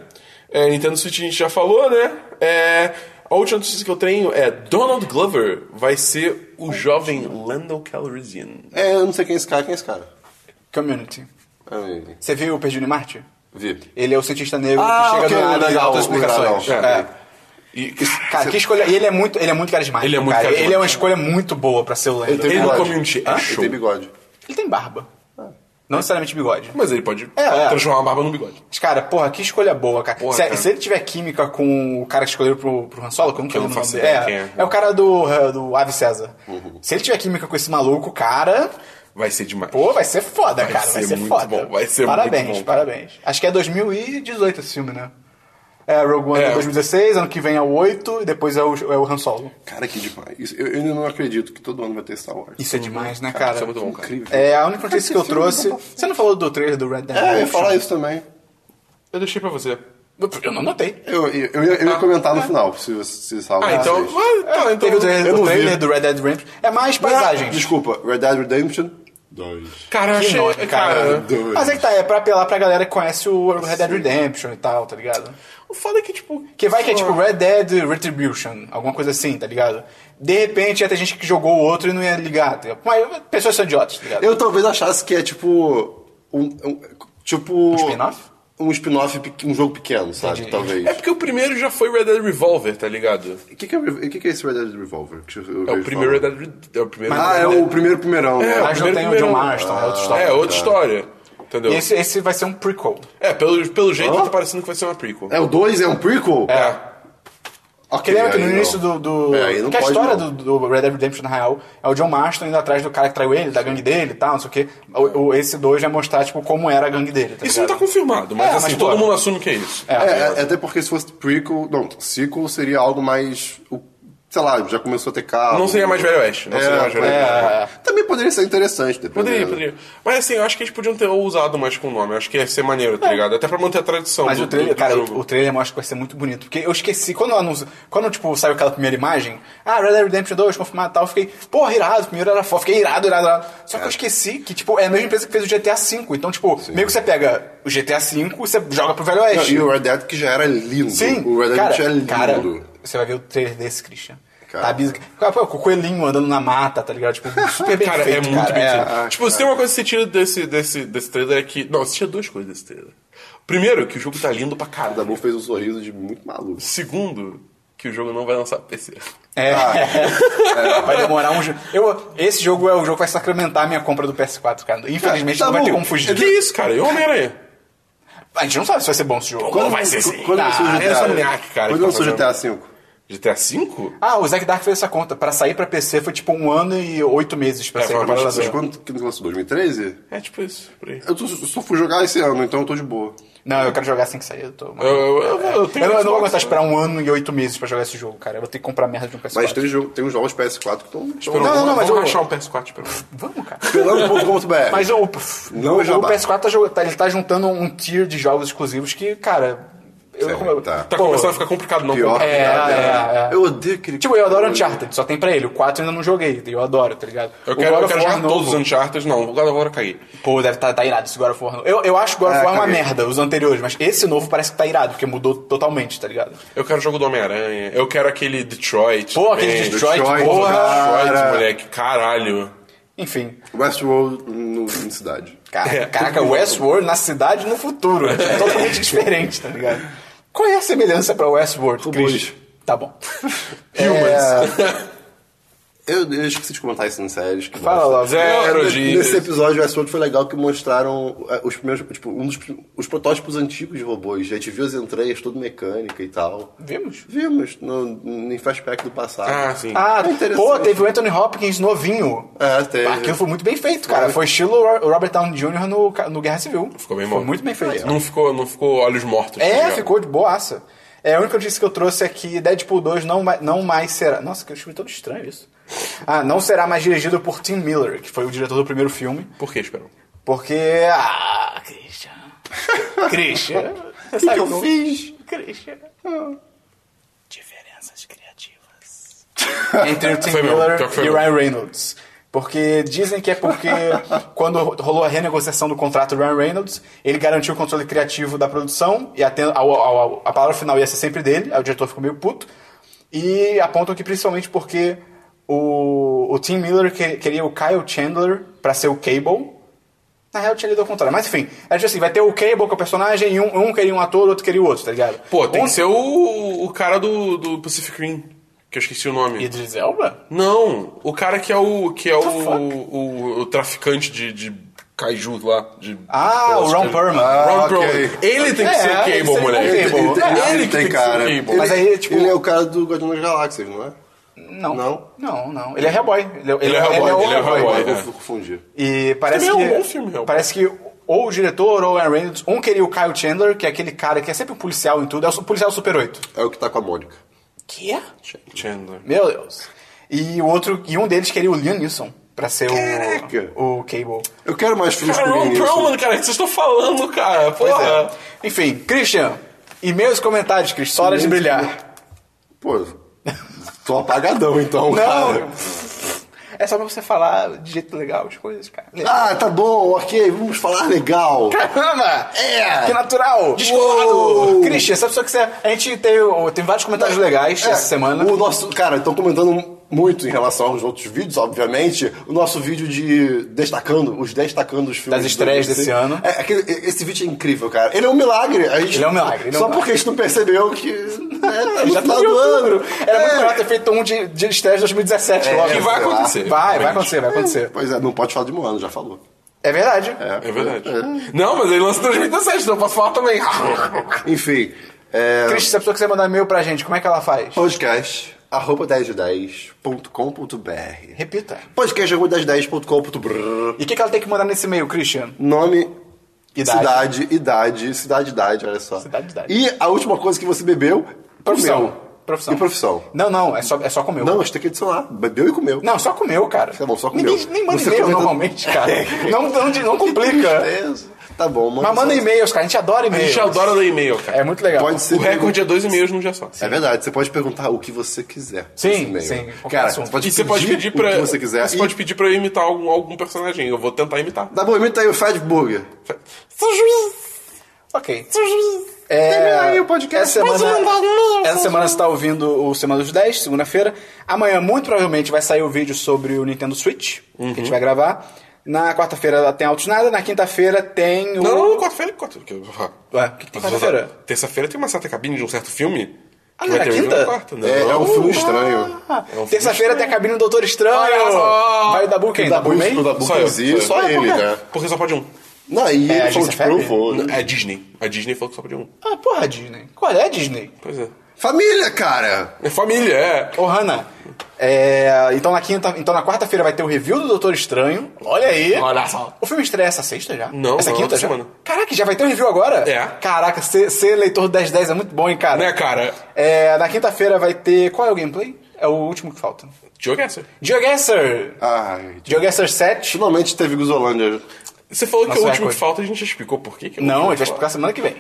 S2: É, Nintendo Switch a gente já falou, né? É, a última notícia que eu tenho é Donald Glover vai ser o jovem Lando Calrissian.
S3: É, eu não sei quem é esse cara. Quem é esse cara?
S1: Community.
S3: Ai,
S1: Você viu o Perdido em Marte?
S3: Vi.
S1: Ele é o cientista negro
S3: Ah,
S1: que chega
S3: ok,
S1: do nada e dá
S3: legal,
S1: altas explicações.
S3: legal.
S1: É.
S2: E,
S1: Cara, que escolha. E ele é muito, ele é muito carismático.
S2: Ele é muito
S1: cara.
S2: carismático.
S1: Ele é uma escolha muito boa pra ser o Lando.
S3: Ele
S1: Ele
S3: tem
S1: Ah, tem,
S2: Ele no
S3: bigode.
S2: Community é
S3: Hã?
S2: show.
S3: Ele tem bigode.
S1: barba. Não necessariamente bigode.
S2: mas ele pode
S1: É, é.
S2: transformar a barba no bigode.
S1: Mas, cara, porra, que escolha boa, cara.
S2: Porra,
S1: se, é-
S2: cara.
S1: se ele tiver química com o cara que escolheu pro, pro Han Solo, que eu não
S2: Eu
S1: quero
S2: não
S1: nome
S2: faço
S1: dele.
S2: ideia quem é. Uhum.
S1: É, é o cara do, eh, do Ave César. Se ele tiver química com esse maluco, cara,
S2: Vai ser demais.
S1: pô, vai ser foda,
S2: Vai
S1: cara. vai
S2: ser
S1: ser
S2: muito
S1: foda.
S2: bom, vai ser muito
S1: parabéns,
S2: bom.
S1: Parabéns, Acho que é 2018 esse filme, né? É, Rogue One
S2: É.
S1: é 2016, ano que vem é o 8, e depois é o, é o Han Solo.
S3: Cara, que demais. Isso- eu, eu ainda não acredito que todo ano vai ter Star Wars.
S1: Isso é demais, né,
S2: Cara,
S1: cara?
S2: isso é muito bom, cara.
S3: Incrível.
S1: É, a única notícia que eu
S3: Esse filme
S1: trouxe.
S3: tá bom.
S1: Você não falou do trailer do Red Dead
S3: É, eu ia
S1: Redemption?
S3: falar isso também.
S2: Eu deixei pra você.
S1: Eu não notei.
S3: Eu, eu, eu ia, eu
S1: Ah,
S3: ia comentar
S1: é.
S3: no final, se você salva.
S2: Ah, então... mas- tá, então
S1: Teve o trailer,
S3: eu
S1: o
S3: não vi. Ah,
S1: trailer do Red Dead Redemption. É mais paisagens.
S3: Desculpa, Red Dead Redemption Ah, 2.
S2: Cara, eu
S1: Que
S2: achei...
S1: nó-
S2: cara,
S1: cara.
S3: doido.
S1: Mas é que tá, é pra apelar pra galera que conhece o Red Dead Redemption e tal, tá ligado?
S2: o foda é que, tipo...
S1: Que vai que é
S2: sei
S1: tipo
S2: lá.
S1: Red Dead Retribution, alguma coisa assim, tá ligado? De repente ia ter gente que jogou o outro e não ia ligar. tá ligado? Mas pessoas são idiotas, tá ligado?
S3: Eu talvez achasse que é tipo. Um, um- tipo. Um
S1: spin-off?
S3: Um spin-off, pequ- um jogo pequeno, sabe?
S1: Entendi.
S3: Talvez.
S2: É porque o primeiro já foi Red Dead Revolver, tá ligado?
S3: O que, que, é, o que que é esse Red Dead Revolver? Que eu- eu
S2: É o
S3: vejo
S2: primeiro Red
S3: falar?
S2: Dead Red- é o primeiro
S3: Ah,
S2: Red
S3: é
S2: Dead.
S3: o primeiro né? primeiro.
S2: É,
S1: Mas não
S2: primeiro
S1: tem o
S2: primeiro-
S1: John Marston, é outra história.
S2: É, outra história. Entendeu?
S1: E esse, esse vai ser um prequel.
S2: É, pelo, pelo jeito
S3: Hã?
S2: tá parecendo que vai ser uma prequel.
S3: É o 2? É um prequel?
S2: É.
S1: Porque
S3: Ok,
S1: lembra que
S3: aí
S1: no
S3: não.
S1: início do. do
S3: É, aí não
S1: que a
S3: pode
S1: história do,
S3: não.
S1: do Red Dead Redemption, na real, é o John Marston indo atrás do cara que traiu ele, da gangue dele e tal, não sei o quê. O, o- esse dois vai mostrar, tipo, como era a gangue dele. Tá
S2: Isso não tá
S1: ligado?
S2: confirmado, mas
S1: É,
S2: assim,
S1: mas,
S2: todo
S1: pô.
S2: mundo assume que é isso.
S3: É, é, até porque se fosse prequel. Não, sequel seria algo mais. o- Sei lá, já começou a ter carro.
S2: Não seria mais Velho Oeste. Não
S3: É,
S2: seria mais Velho
S3: é.
S2: Oeste.
S3: Também poderia ser interessante, depois.
S2: Poderia, poderia. Mas assim, eu acho que eles podiam ter ousado mais com o nome. Eu acho que ia ser maneiro, tá ligado? Até pra manter a tradição
S1: É. Mas
S2: do,
S1: o trailer,
S2: do- do
S1: cara,
S2: jogo.
S1: o, o trailer mostra que vai ser muito bonito. Porque eu esqueci, quando eu anuncio, quando tipo, saiu aquela primeira imagem, ah, Red Dead Redemption 2, confirmado e tal, eu fiquei, porra, irado, primeiro era foda, fiquei irado, irado, irado. Só que eu esqueci que, tipo, é a mesma empresa que fez o GTA V. Então, tipo, meio que você pega o GTA V e você joga pro Velho
S3: Não,
S1: Oeste.
S3: e o Red Dead que já era lindo.
S1: Sim,
S3: O Red Dead
S1: cara,
S3: já é lindo.
S1: cara, você vai ver o trailer desse, Christian.
S3: Cara.
S1: Tá bizarro. Cara, pô, Com o coelhinho andando na mata, tá ligado? Tipo, super bem
S2: Cara,
S1: feito,
S2: é muito
S1: cara.
S2: bem feito.
S1: É.
S2: tipo, se tem uma coisa que você tira desse, desse, desse trailer é que... Não, você tira duas coisas desse trailer. Primeiro, que o jogo tá lindo pra
S3: O
S2: caralho.
S3: Dabu fez um sorriso de muito maluco.
S2: Segundo, que o jogo não vai lançar pra PC.
S1: É.
S3: Ah,
S1: Vai demorar um jogo. Eu, esse jogo é o jogo que vai sacramentar a minha compra do PS4, cara. Infelizmente
S3: Tá
S1: não vai
S3: bom.
S1: ter como
S2: É
S1: fugir.
S2: que isso, cara. E o Homem-Aranha?
S1: A gente não sabe se vai ser bom esse jogo.
S2: Quando- vai ser sim.
S3: Quando lançou
S2: Ah,
S3: o
S2: essa
S3: GTA?
S2: minhaca, cara, que
S3: Quando
S2: tá
S3: lançou o
S2: fazendo.
S3: GTA V?
S2: GTA V?
S1: Ah, o Zack Dark fez essa conta. Pra sair pra PC foi tipo um ano e oito meses pra
S2: É,
S1: sair
S2: foi
S1: pra
S2: uma
S3: Mas
S1: PlayStation.
S3: quando que lançou? 2013?
S2: É tipo isso, por aí.
S3: Eu tô- eu só fui jogar esse ano, então eu tô de boa.
S1: Não, eu quero jogar assim que sair. Eu, tô...
S2: Eu, eu, eu, eu
S1: Eu
S2: tenho
S1: não- eu não vou
S2: Xbox,
S1: aguentar
S2: né?
S1: esperar um ano e oito meses pra jogar esse jogo, cara. Eu vou ter que comprar merda de um PS4.
S3: Mas tem, jogo, tem uns jogos PS4 que estão.
S2: Esperou,
S1: Não, não, não, mas
S2: vamos
S1: eu-
S2: achar um PS4 pra mim.
S1: Vamos, cara.
S3: Pelando.com.br.
S1: Mas o,
S3: Não
S1: o,
S3: é jabá.
S1: PS4 tá, jo- tá- ele tá juntando um tier de jogos exclusivos que, cara, Eu não como-
S3: tá.
S2: Tá
S1: Pô,
S2: começando a ficar complicado, não.
S3: Pior.
S2: É,
S1: É, é, é.
S3: Eu odeio aquele.
S1: Tipo, eu adoro Uncharted, só tem pra ele. O 4 eu ainda não joguei, eu adoro, tá ligado?
S2: Eu
S1: O
S2: quero,
S1: God
S2: eu
S1: of
S2: quero
S1: War
S2: jogar
S1: novo.
S2: todos os Uncharted, não. O God of War eu caguei.
S1: Pô, deve tá, tá irado esse God of War. novo. Eu, eu acho God of
S3: Ah,
S1: War é uma
S3: caguei.
S1: merda, os anteriores, mas esse novo parece que tá irado, porque mudou totalmente, tá ligado?
S2: Eu quero o jogo do Homem-Aranha. Eu quero aquele Detroit.
S1: Pô, aquele
S2: também.
S1: Detroit,
S3: Detroit,
S1: porra!
S3: cara.
S2: Detroit, moleque. Caralho.
S1: Enfim,
S3: Westworld no, em cidade.
S1: cara,
S2: É,
S1: caraca,
S2: tudo bom.
S1: Westworld na cidade e no futuro. É totalmente diferente, tá ligado? Qual é a semelhança pra Westworld,
S3: Robôs.
S1: Chris? Tá bom. É,
S2: Humans.
S3: Eu, eu esqueci de comentar isso nas séries. Que
S1: Fala,
S3: bosta.
S1: Lázaro.
S2: Zero
S3: Não, Nesse
S2: dias.
S3: episódio, o Westworld foi legal que mostraram é, os primeiros, tipo, um dos prim- os protótipos antigos de robôs. A gente viu as entranhas, tudo mecânica e tal.
S1: Vimos?
S3: Vimos no, no em flashback do passado.
S2: Ah, sim.
S1: Ah,
S3: É interessante.
S1: pô, teve o Anthony Hopkins novinho.
S3: É, teve.
S2: Ah,
S1: Aquilo foi muito bem feito, cara. Foi estilo Ro- Robert Downey Jr. no, ca- no Guerra Civil.
S2: Ficou bem
S1: Foi
S2: bom.
S1: muito bem feito.
S2: Não ficou, não ficou olhos mortos. tá
S1: É,
S2: ligado?
S1: ficou de boaça. É, a única notícia que eu trouxe é que Deadpool 2 não, ma- não mais será. Nossa, que eu achei todo estranho isso. Ah, não será mais dirigido por Tim Miller, que foi o diretor do primeiro filme.
S2: Por que, Esperão?
S1: Porque. Ah, Christian. Christian. O
S3: que eu fiz?
S1: Christian. Diferenças criativas. Entre o Tim
S2: Foi mesmo,
S1: Miller
S2: pior que foi
S1: e o
S2: mesmo.
S1: Ryan Reynolds. Porque dizem que é porque quando rolou a renegociação do contrato do Ryan Reynolds, ele garantiu o controle criativo da produção e a, ten- ao- ao- ao- a palavra final ia ser sempre dele, aí o diretor ficou meio puto. E apontam que principalmente porque o, o Tim Miller que- queria o Kyle Chandler pra ser o Cable, na real, eu tinha lido ao contrário. Mas enfim, é tipo assim, vai ter o Cable com o personagem, e um, um queria um ator, o outro queria o outro, tá ligado?
S2: Pô, tem
S1: um...
S2: que ser o, o cara do, do Pacific Rim, que eu esqueci o nome.
S1: Idris Elba?
S2: Não, o cara que é o que é o,
S1: fuck?
S2: o, o traficante de, de kaiju lá. De
S1: Ah,
S2: Então,
S1: o Ron Perlman.
S3: Ah,
S2: Ron
S3: ok.
S2: Perlman. Ele tem que
S1: É,
S2: ser o
S1: ele tem que ser
S2: Cable,
S1: o
S2: moleque.
S1: Cable.
S2: Ele, tem-
S1: Ah,
S2: ele que tem, que
S3: É, cara.
S2: ser o Cable.
S3: Ele,
S1: Mas aí, tipo-
S3: ele é o cara do Guardião das Galáxias, não é?
S1: Não.
S3: Não?
S1: Não, não. Ele é Hellboy. Ele,
S2: Ele é Hellboy, ele é
S1: Hellboy.
S2: Hellboy.
S3: Agora
S2: é.
S3: eu vou confundir.
S1: E parece
S2: Também é um
S1: que.
S2: bom filme, Hellboy.
S1: parece que ou o diretor ou o Ryan Reynolds, um queria o Kyle Chandler, que é aquele cara que é sempre um policial em tudo, é o su- policial Super 8.
S3: É o que tá com a Mônica.
S1: Que?
S2: é? Chandler.
S1: Meu Deus. E o outro, e um deles queria o Liam Neeson pra ser o-
S3: Caraca.
S1: o Cable.
S3: Eu quero mais filmes
S2: Cara, Ron
S3: com isso.
S2: Perlman, cara, o que vocês estão falando, cara?
S1: Pois
S2: Porra.
S1: é. Enfim, Christian, e-mails e comentários, Chris, só hora de
S3: E-mails e
S1: brilhar.
S3: Pô, tô apagadão então, cara.
S1: É só pra você falar de jeito legal as coisas, cara.
S3: Ah, tá bom, ok, vamos falar legal.
S1: Caramba!
S3: É.
S1: Que natural!
S3: Uou!
S1: Christian, se a pessoa quiser. A gente tem, tem vários comentários legais
S3: É,
S1: essa semana.
S3: O nosso, cara, estão comentando muito em relação aos outros vídeos, obviamente. O nosso vídeo de destacando, os destacando os filmes.
S1: Das estreias
S3: do-
S1: desse ano.
S3: É, aquele- é, esse vídeo é incrível, cara. Ele é um milagre. A gente,
S1: Ele é um milagre, ele é um
S3: só
S1: milagre.
S3: porque a gente não percebeu que. né, tá no
S1: Já tá
S3: final
S1: de
S3: do
S1: outubro.
S3: ano.
S1: Era
S3: É.
S1: muito melhor ter feito um de, de estresse de 2017
S3: É,
S1: logo.
S2: Que vai
S3: sei lá.
S2: acontecer.
S1: Vai, vai acontecer, vai acontecer.
S3: Pois é, não pode falar de Moana, já falou.
S1: É verdade.
S2: É verdade. Não, mas ele lança em 2017, então eu posso falar também. Ah,
S3: Enfim, é,
S1: Christian, se a pessoa quiser mandar e-mail pra gente, como é que ela faz?
S3: podcast arroba 1010.com.br
S1: Repita.
S3: podcast arroba 1010.com.br
S1: E o que, que ela tem que mandar nesse e-mail, Christian?
S3: Nome,
S1: Idade.
S3: cidade, idade, cidade, idade, olha só.
S1: Cidade, idade.
S3: E a última coisa que você bebeu,
S1: Profissão.
S3: comeu.
S1: Profissão.
S3: E profissão.
S1: Não, não, é só, é só comer.
S3: Não, a gente tem que adicionar. Bebeu e comeu.
S1: Não, só comeu, cara.
S3: Tá bom, só comeu.
S1: Ninguém nem manda
S3: Você
S1: e-mail
S3: comenta- É.
S1: normalmente, cara. não, não, não complica.
S3: Beleza. Tá bom, manda.
S1: Mas manda e-mails, cara. A gente adora
S2: A
S1: e-mail.
S2: gente adora ler e-mail, cara.
S1: É muito legal.
S3: Pode ser.
S2: O recorde é dois e-mails num dia só.
S3: É verdade, você pode perguntar o que você quiser.
S1: Sim,
S3: nesse e-mail.
S1: sim, qualquer
S3: Cara,
S1: assunto.
S3: você pode,
S2: E você pode pedir pra.
S3: o que você quiser.
S2: Você
S3: E-
S2: pode pedir pra eu imitar algum, algum personagem. Eu vou tentar imitar.
S3: Tá bom, imita aí o Fred Burger.
S2: Seu juiz!
S1: Ok.
S2: Seu juiz!
S1: É,
S3: Termina aí o podcast.
S1: Essa semana,
S3: Pode mandar e-mail,
S1: essa semana você está ouvindo o Semana dos 10, segunda-feira. Amanhã, muito provavelmente, vai sair o vídeo sobre o Nintendo Switch,
S3: Uhum.
S1: que a gente vai gravar. Na quarta-feira tem Altos Nada, na quinta-feira tem
S2: Não,
S1: o...
S2: não, não, quarta-feira. Quarta...
S1: Ué, o que, que tem quarta-feira?
S2: Terça-feira tem uma certa cabine de um certo filme.
S1: Ah,
S2: que
S1: não,
S2: vai
S1: na
S2: ter
S1: quinta?
S2: na quarta, né?
S3: É, é um
S2: Não.
S3: filme estranho.
S1: Ah,
S2: É um filme
S1: Terça-feira tem a cabine do Doutor Estranho.
S2: Olha só!
S1: Vai o Dabu quem?
S3: O Dabu,
S1: May?
S3: o Dabu
S2: Só eu, só
S3: produziu,
S2: eu.
S3: só,
S1: Ah,
S3: ele,
S1: por quê?
S3: né?
S2: Porque só pode um.
S3: Não, e
S1: É,
S3: ele
S1: a
S3: falou
S1: Agência
S3: de
S1: Febre?
S3: provou. né?
S2: É a Disney. A Disney falou que só podia um.
S1: Ah, porra, Disney. Qual é, Disney?
S2: Pois é.
S3: Família, cara!
S2: É família, é.
S1: Ô, Hanna, é, então na quinta, então na quarta-feira vai ter o review do Doutor Estranho. Olha aí.
S2: Olha só.
S1: O filme estreia essa sexta já?
S2: Não,
S1: essa
S2: não,
S1: quinta
S2: outra
S1: já?
S2: semana.
S1: Caraca, já vai ter o review agora?
S2: É.
S1: Caraca, ser, ser leitor do 1010 é muito bom, hein, cara?
S2: Né, cara?
S1: É, na quinta-feira vai ter... Qual é o gameplay? É o último que falta.
S2: Geoguessr.
S1: GeoGuessr!
S3: Ai,
S1: GeoGuessr 7.
S3: finalmente teve Guzolândia.
S2: Você falou que
S1: Nossa,
S2: é o último
S1: recorde.
S2: que falta, a gente já explicou por quê que é o
S1: Não, a
S2: último
S1: gente vai
S2: que
S1: explicar semana que vem.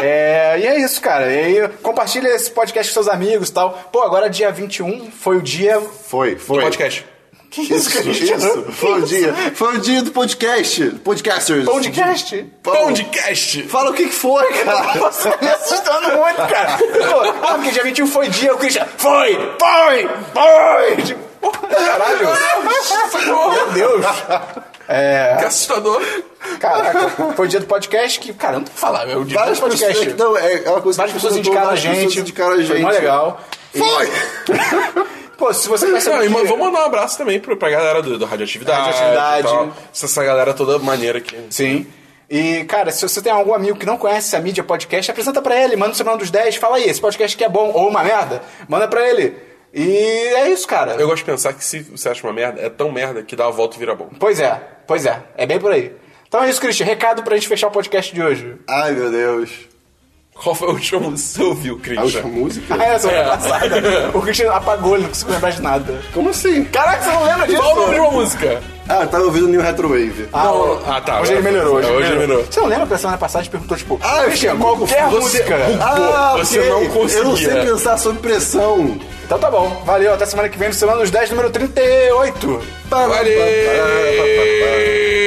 S1: É, É, e é isso, cara. E aí, compartilha esse podcast com seus amigos e tal. Pô, agora dia 21 foi o dia.
S3: Foi, foi.
S2: Podcast.
S1: Que
S3: Isso, isso. Foi o dia. Foi o dia do podcast. Podcasters.
S1: Podcast?
S2: Podcast!
S3: Fala o que que foi, cara.
S1: Você tá me assustando muito, cara. Pô, ah, porque dia 21 foi dia, o Christian. Foi! Foi! Foi! Tipo, porra, caralho! Meu Deus!
S2: É. Que assustador!
S1: Caraca, foi o dia do podcast que, cara, eu não tem o que falar, é o dia do
S3: Várias
S1: podcast.
S3: pessoas, não, é uma coisa
S1: Várias
S3: que
S1: pessoas
S3: contou,
S1: indicaram a
S3: várias pessoas
S1: gente.
S3: indicaram a
S1: Foi mó
S3: gente.
S1: legal.
S3: Foi!
S1: Pô, se você quer
S2: Não,
S1: saber.
S2: e ma- vamos mandar um abraço também pro- pra galera do, do Radioatividade.
S1: Radioatividade.
S2: e tal. Essa galera toda maneira aqui.
S1: Sim. E, cara, se você tem algum amigo que não conhece a mídia podcast, apresenta pra ele, manda o Semana dos 10, fala aí, esse podcast que é bom ou uma merda, manda pra ele. E é isso, cara.
S2: Eu gosto de pensar que se você acha uma merda, é tão merda que dá a volta e vira bom.
S1: Pois é, pois é, é bem por aí. Então é isso, Christian, recado pra gente fechar o podcast de hoje.
S3: Ai, meu Deus.
S2: Qual foi o último que você ouviu,
S3: A
S2: Christian?
S3: última música?
S1: Ah, é, semana passada. O Christian apagou, ele não conseguiu lembrar de nada.
S3: Como assim?
S1: Caraca, você não lembra disso?
S2: Qual o nome de uma música?
S3: Ah, eu tava ouvindo New Retrowave.
S1: Ah,
S2: Não, ah, tá.
S1: Hoje ele melhorou. Hoje,
S2: É, hoje
S1: ele
S2: ele
S1: melhorou.
S2: melhorou.
S1: Você não lembra que a semana passada a gente perguntou, tipo,
S3: Ah, eu
S1: Christian,
S3: fiquei-
S1: qualquer
S2: você-
S1: música?
S3: Ah,
S2: você
S3: ok.
S2: não
S3: Eu não sei
S2: conseguia.
S3: pensar sob pressão.
S1: Então tá bom,
S2: Tá,
S1: valeu, até semana que vem no Semana dos 10, número 38.
S2: Valeu!